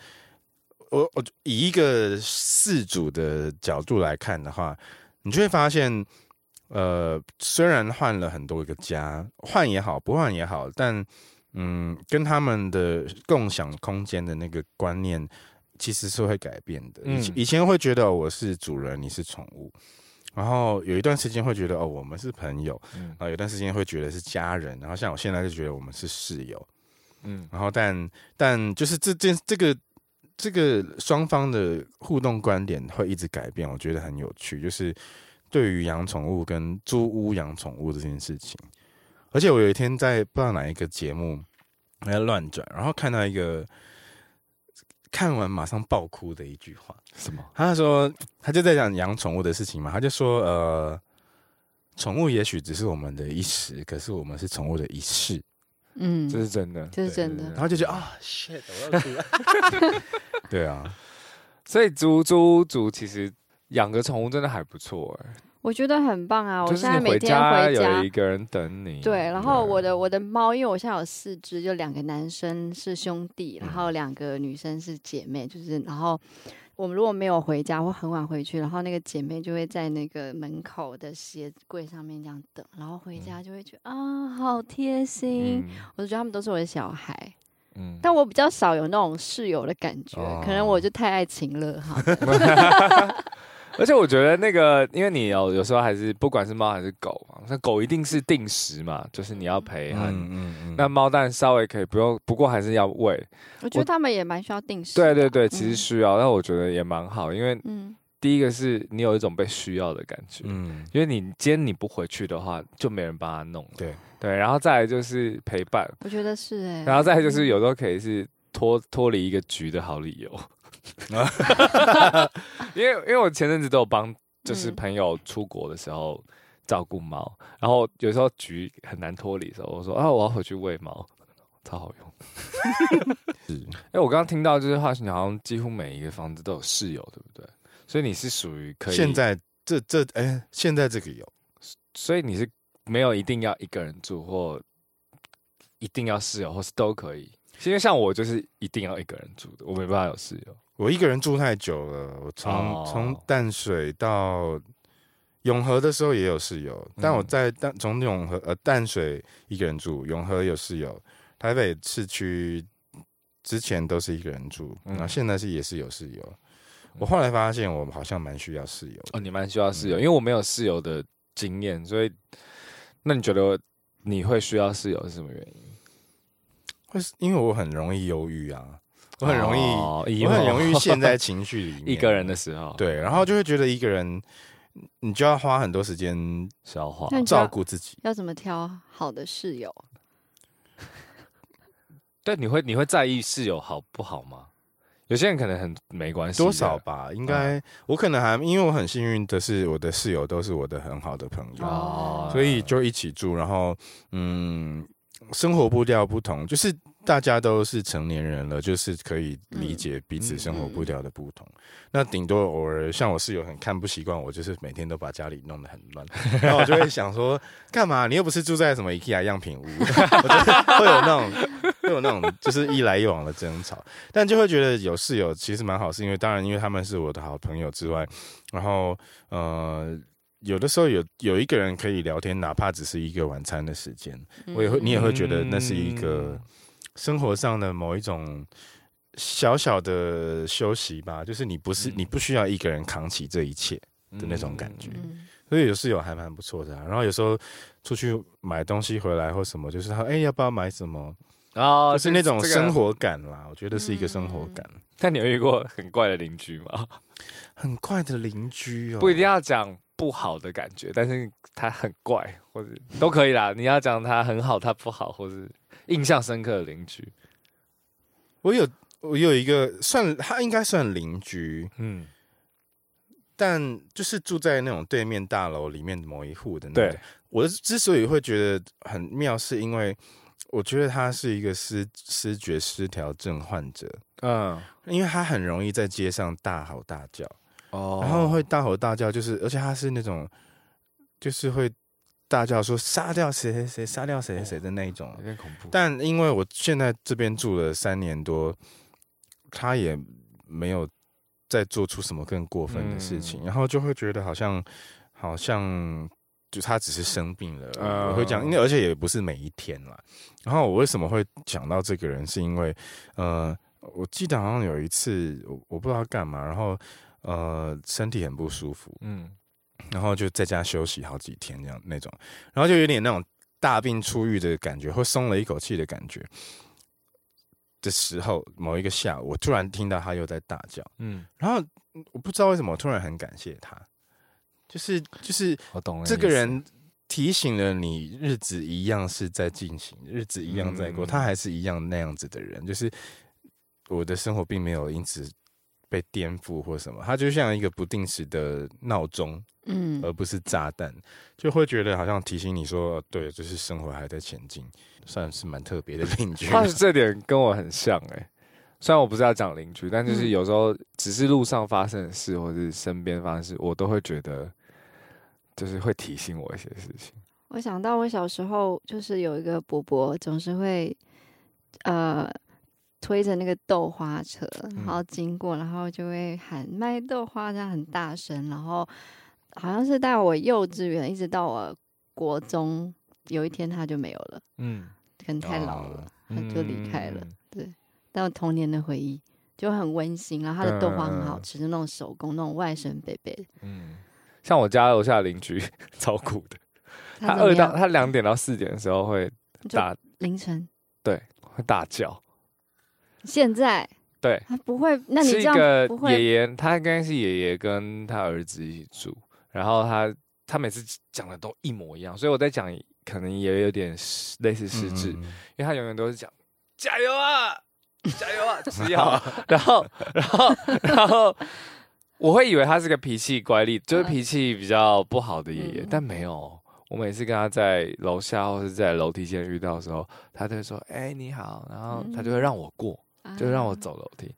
我我以一个事主的角度来看的话，你就会发现，呃，虽然换了很多个家，换也好，不换也好，但嗯，跟他们的共享空间的那个观念其实是会改变的。以前
嗯
以前会觉得哦我是主人，你是宠物。然后有一段时间会觉得哦，我们是朋友，
嗯
然后有段时间会觉得是家人，然后像我现在就觉得我们是室友，
嗯
然后但但就是这件这个这个双方的互动观点会一直改变，我觉得很有趣，就是对于养宠物跟租屋养宠物这件事情，而且我有一天在不知道哪一个节目我在乱转，然后看到一个看完马上爆哭的一句话。
什么？
他说他就在讲养宠物的事情嘛，他就说呃，宠物也许只是我们的一时，可是我们是宠物的一世。
嗯，
这是真的。
这是
对
真
对
的
对
然。后就觉得啊、s h i t 我要哭了。 *laughs* 对啊，
所以租租族其实养个宠物真的还不错哎、
我觉得很棒啊！我
就是
现在
你
每天
家
回
有一嗯个人等你。啊
对，然后我的我的猫，因为我现在有四只，就两个男生是兄弟，然
嗯
后两个女生是姐妹，就是然后我们如果没有回家或很晚回去，然后那个姐妹就会在那个门口的鞋柜上面这样等，然后回家就会觉得啊、好贴心。
嗯
我就觉得他们都是我的小孩，
嗯
但我比较少有那种室友的感觉，可能
哦
我就太爱情乐哈。
*laughs* 而且我觉得那个，因为你有有时候还是不管是猫还是狗嘛，那狗一定是定时嘛，就是你要陪它。
嗯嗯嗯，
那猫蛋稍微可以不用，不过还是要喂。
我觉得他们也蛮需要定时
对
的。
对对，其实需要，但我觉得也蛮好，因为
嗯，
第一个是你有一种被需要的感觉，
嗯
因为你今天你不回去的话，就没人帮它弄了。
对
对，然后再来就是陪伴，
我觉
*laughs*
得是哎、
然后再来就是有时候可以是脱脱离一个局的好理由，因为因为我前阵子都有帮就是
嗯
朋友出国的时候照顾猫，然后有时候局很难脱离的时候，我说啊我要回去喂猫，超好用。
*laughs* 是
哎，我刚刚听到就是话，你好像几乎每一个房子都有室友，对不对？所以你是属于可以
现，在这这哎、现在这个有
所以你是没有一定要一个人住或一定要室友，或是都可以。因为像我就是一定要一个人住的，我没办法有室友。
我一个人住太久了，我从
哦
从、淡水到永和的时候也有室友，
嗯
但我在淡从永和呃淡水一个人住，永和有室友，台北市区之前都是一个人住，
嗯
然后现在是也是有室友。我后来发现我好像蛮需要室友的，
哦，你蛮需要室友，因为我没有室友的经验，所以那你觉得你会需要室友是什么原因？
会是因为我很容易忧郁啊，我很容易、
哦
我很
emo
容易
*laughs*
陷在情绪里面，
一个人的时候，，
对，然后就会觉得一个人。你就要花很多时间
消化
那。你知道
照顾自己，
要怎么挑好的室友？
对，你会你会在意室友好不好吗？有些人可能很没关系的，嗯
多少吧，应该、我可能还因为我很幸运的是，我的室友都是我的很好的朋友，
哦，
所以就一起住，然后嗯，生活步调不同，就是大家都是成年人了，就是可以
嗯
理解彼此生活步调的不同。那顶多偶尔像我室友很看不习惯我，就是每天都把家里弄得很乱，然后我就会想说，干嘛？你又不是住在什么 IKEA 样品屋， *laughs* 我觉得会有那种会有那种就是一来一往的争吵，但就会觉得有室友其实蛮好，是因为当然因为他们是我的好朋友之外，然后呃。有的时候有有一个人可以聊天，哪怕只是一个晚餐的时间，
嗯
我也会，
嗯
你也会觉得那是一个生活上的某一种小小的休息吧，就是你不是
嗯
你不需要一个人扛起这一切，
的
的那种感觉
嗯，
所以有室友还蛮不错的、啊。然后有时候出去买东西回来或什么，就是他哎、要不要买什么，
哦，
就是那种
这个嗯
生。活感啦，我觉得是一个生活感。
那你有遇过很怪的邻居吗？
很怪的邻居哦，
不一定要讲不好的感觉，但是他很怪，或者都可以啦。你要讲他很好，他不好，或是印象深刻的邻居，
我有我有一个算他应该算邻居，
嗯，
但就是住在那种对面大楼里面某一户的那
对
种。我之所以会觉得很妙，是因为我觉得他是一个失失觉失调症患者，
嗯，
因为他很容易在街上大吼大叫，
哦
然后会大吼大叫，就是而且他是那种就是会大叫说杀掉谁谁谁，杀掉谁谁谁的那一种
有。点恐怖，
但因为我现在这边住了三年多，他也没有再做出什么更过分的事情，
嗯
然后就会觉得好像好像就他只是生病了，
嗯
我会讲，因为而且也不是每一天啦。然后我为什么会讲到这个人，是因为呃，我记得好像有一次我我不知道他干嘛，然后呃身体很不舒服，
嗯，
然后就在家休息好几天这样那种，然后就有点那种大病初愈的感觉，或松了一口气的感觉的时候，某一个下午，我突然听到他又在大叫，
嗯，
然后嗯我不知道为什么，我突然很感谢他，就是就是
我懂了。
这个人提醒了你，日子一样是在进行，日子一样在过，
嗯
他还是一样那样子的人，就是我的生活并没有因此被颠覆或什么，它就像一个不定时的闹钟，
嗯，
而不是炸弹，就会觉得好像提醒你说，呃对，就是生活还在前进，算是蛮特别的邻居。
话是这点跟我很像哎、虽然我不是要讲邻居，但就是有时候只是路上发生的事，或是身边发生的事，我都会觉得就是会提醒我一些事情。
我想到我小时候就是有一个伯伯，总是会呃推着那个豆花车，然
嗯
后经过，然后就会喊卖豆花，这样很大声，然后好像是带我幼稚园一直到我国中，有一天他就没有了，
嗯，
可能太老
哦
了，他就离开了。
嗯
但我童年的回忆就很温馨，然后它的豆花很好
嗯
吃，就那种手工那种外甥贝贝，
嗯，像我家楼下邻居 *laughs* 超苦的，他
它怎么
二到
样？
他两点到四点的时候会
就
大
凌晨。
会大叫，
现在
对，
他不会，那你
是
这
一
样
个
不
爷
会
爷，他应该是爷爷跟他儿子一起住，然后他他每次讲的都一模一样，所以我在讲可能也有点失类似失智，
嗯，
因为他永远都是讲加油啊，加油啊，只要，然后，然后，然后，我会以为他是个脾气乖戾，就是脾气比较不好的爷爷，
嗯
但没有。我每次跟他在楼下或是在楼梯间遇到的时候，他都会说：“哎、你好。”然后他就会让我过，就让我
啊
走楼梯。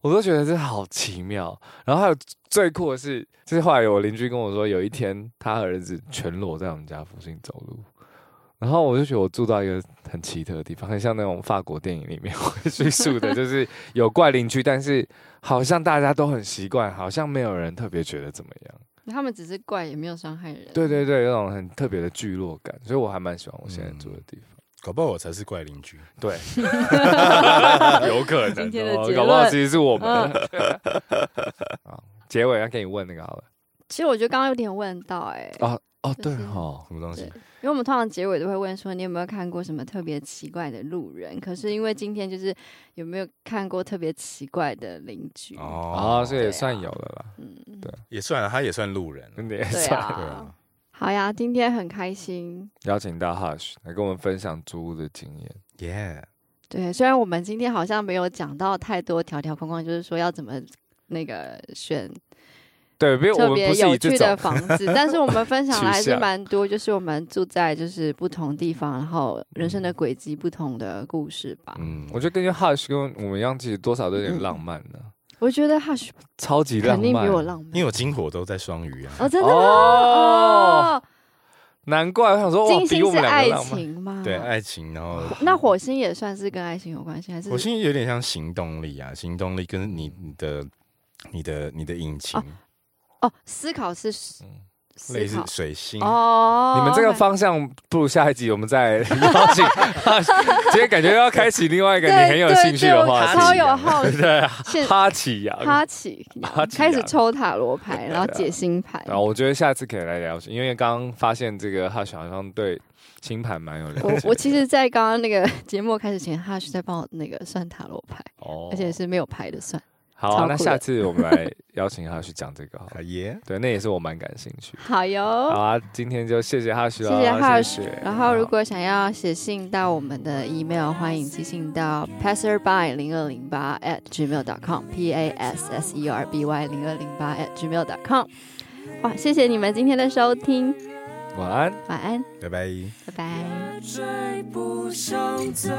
我都觉得这好奇妙。然后还有最酷的是，就是后来我邻居跟我说，有一天他儿子全裸在我们家附近走路，然后我就觉得我住到一个很奇特的地方，很像那种法国电影里面 *laughs* 会叙述的，就是有怪邻居，但是好像大家都很习惯，好像没有人特别觉得怎么样。
嗯他们只是怪，也没有伤害人。
对对对，有那种很特别的聚落感，所以我还蛮喜欢我现在住的地方。
搞不好我才是怪邻居。
*laughs*
对，有可能、哦，
今天的结
搞不好
论
其实是我们。
嗯，
*laughs* 啊，结尾要给你问那个好了。
其实我觉得刚刚有点问到哎、
啊哦，
就
对
是
哦，
什么东西？
因为我们通常结尾都会问说你有没有看过什么特别奇怪的路人，可是因为今天就是有没有看过特别奇怪的邻居？
啊，所以
对
也
啊
算有了啦，
嗯，
对
哦也算了，他也嗯算路人。
真的也
对
算。
啊，好呀，今天很开心。
邀请到 Hush 来跟我们分享租屋的经验。
耶，
对，虽然我们今天好像没有讲到太多条条框框，就是说要怎么那个选
对，因为
特
我们
别
不是
有
以这
趣的
种
房子，但是我们分享的
*laughs*
还
取
是
向
蛮多，就是我们住在就是不同地方，然后人
嗯
生的轨迹不同的故事吧。
嗯，
我觉得跟 Hush 跟我们一样，其实多少都有点浪漫呢、
我觉得 Hush
嗯超级浪
肯定
漫，
比我浪
因
漫
为我金火都在双鱼啊。
哦，真的吗？
哦
哦，
难怪我想说，哇，
金
比
星
我
是
们两
爱
个浪漫。
情吗？
对，。爱情，然后
那火星也算是跟爱情有关系，还是
我现在有点像行动力啊，行动力跟你你的、你的、你的引擎，
哦？思考是思
嗯
类似
考
水星。
哦。
你们这个方向，不如下一集我们
*laughs*
再邀请 Hush。今天感觉要开启另外一个
对
你很有
对
兴趣
对
的
我
话
超
题，
有好
*laughs*
奇。
对，
现
哈奇呀，
哈奇
哈奇
开始
啊
抽塔罗
*laughs*
牌，然后解星牌。
然后啊我觉得下次可以来聊，因为刚刚发现这个 Hush 好像对星盘蛮有 *laughs* 了
我
解
我其实，在刚刚那个 *laughs* 节目开始前，他是在帮我那个算塔罗牌，
哦
而且是没有牌的算。
好
超
啊，
酷
那
的
下次我们来邀请 Hush 讲这个好了
啊。耶！
对，那也是我蛮感兴趣的。
好
好
哟，
啊，今天就谢谢 Hush
谢
啦
哦谢
谢
Hush
谢。
然后，如果想要写信到我们的 email，欢迎寄信到 passerby 零二零八 at gmail.com，p a s s e r b y 零二零八 at gmail.com。哇，谢谢你们今天的收听，
晚安。
晚安，
拜拜。
拜拜。
也追不上最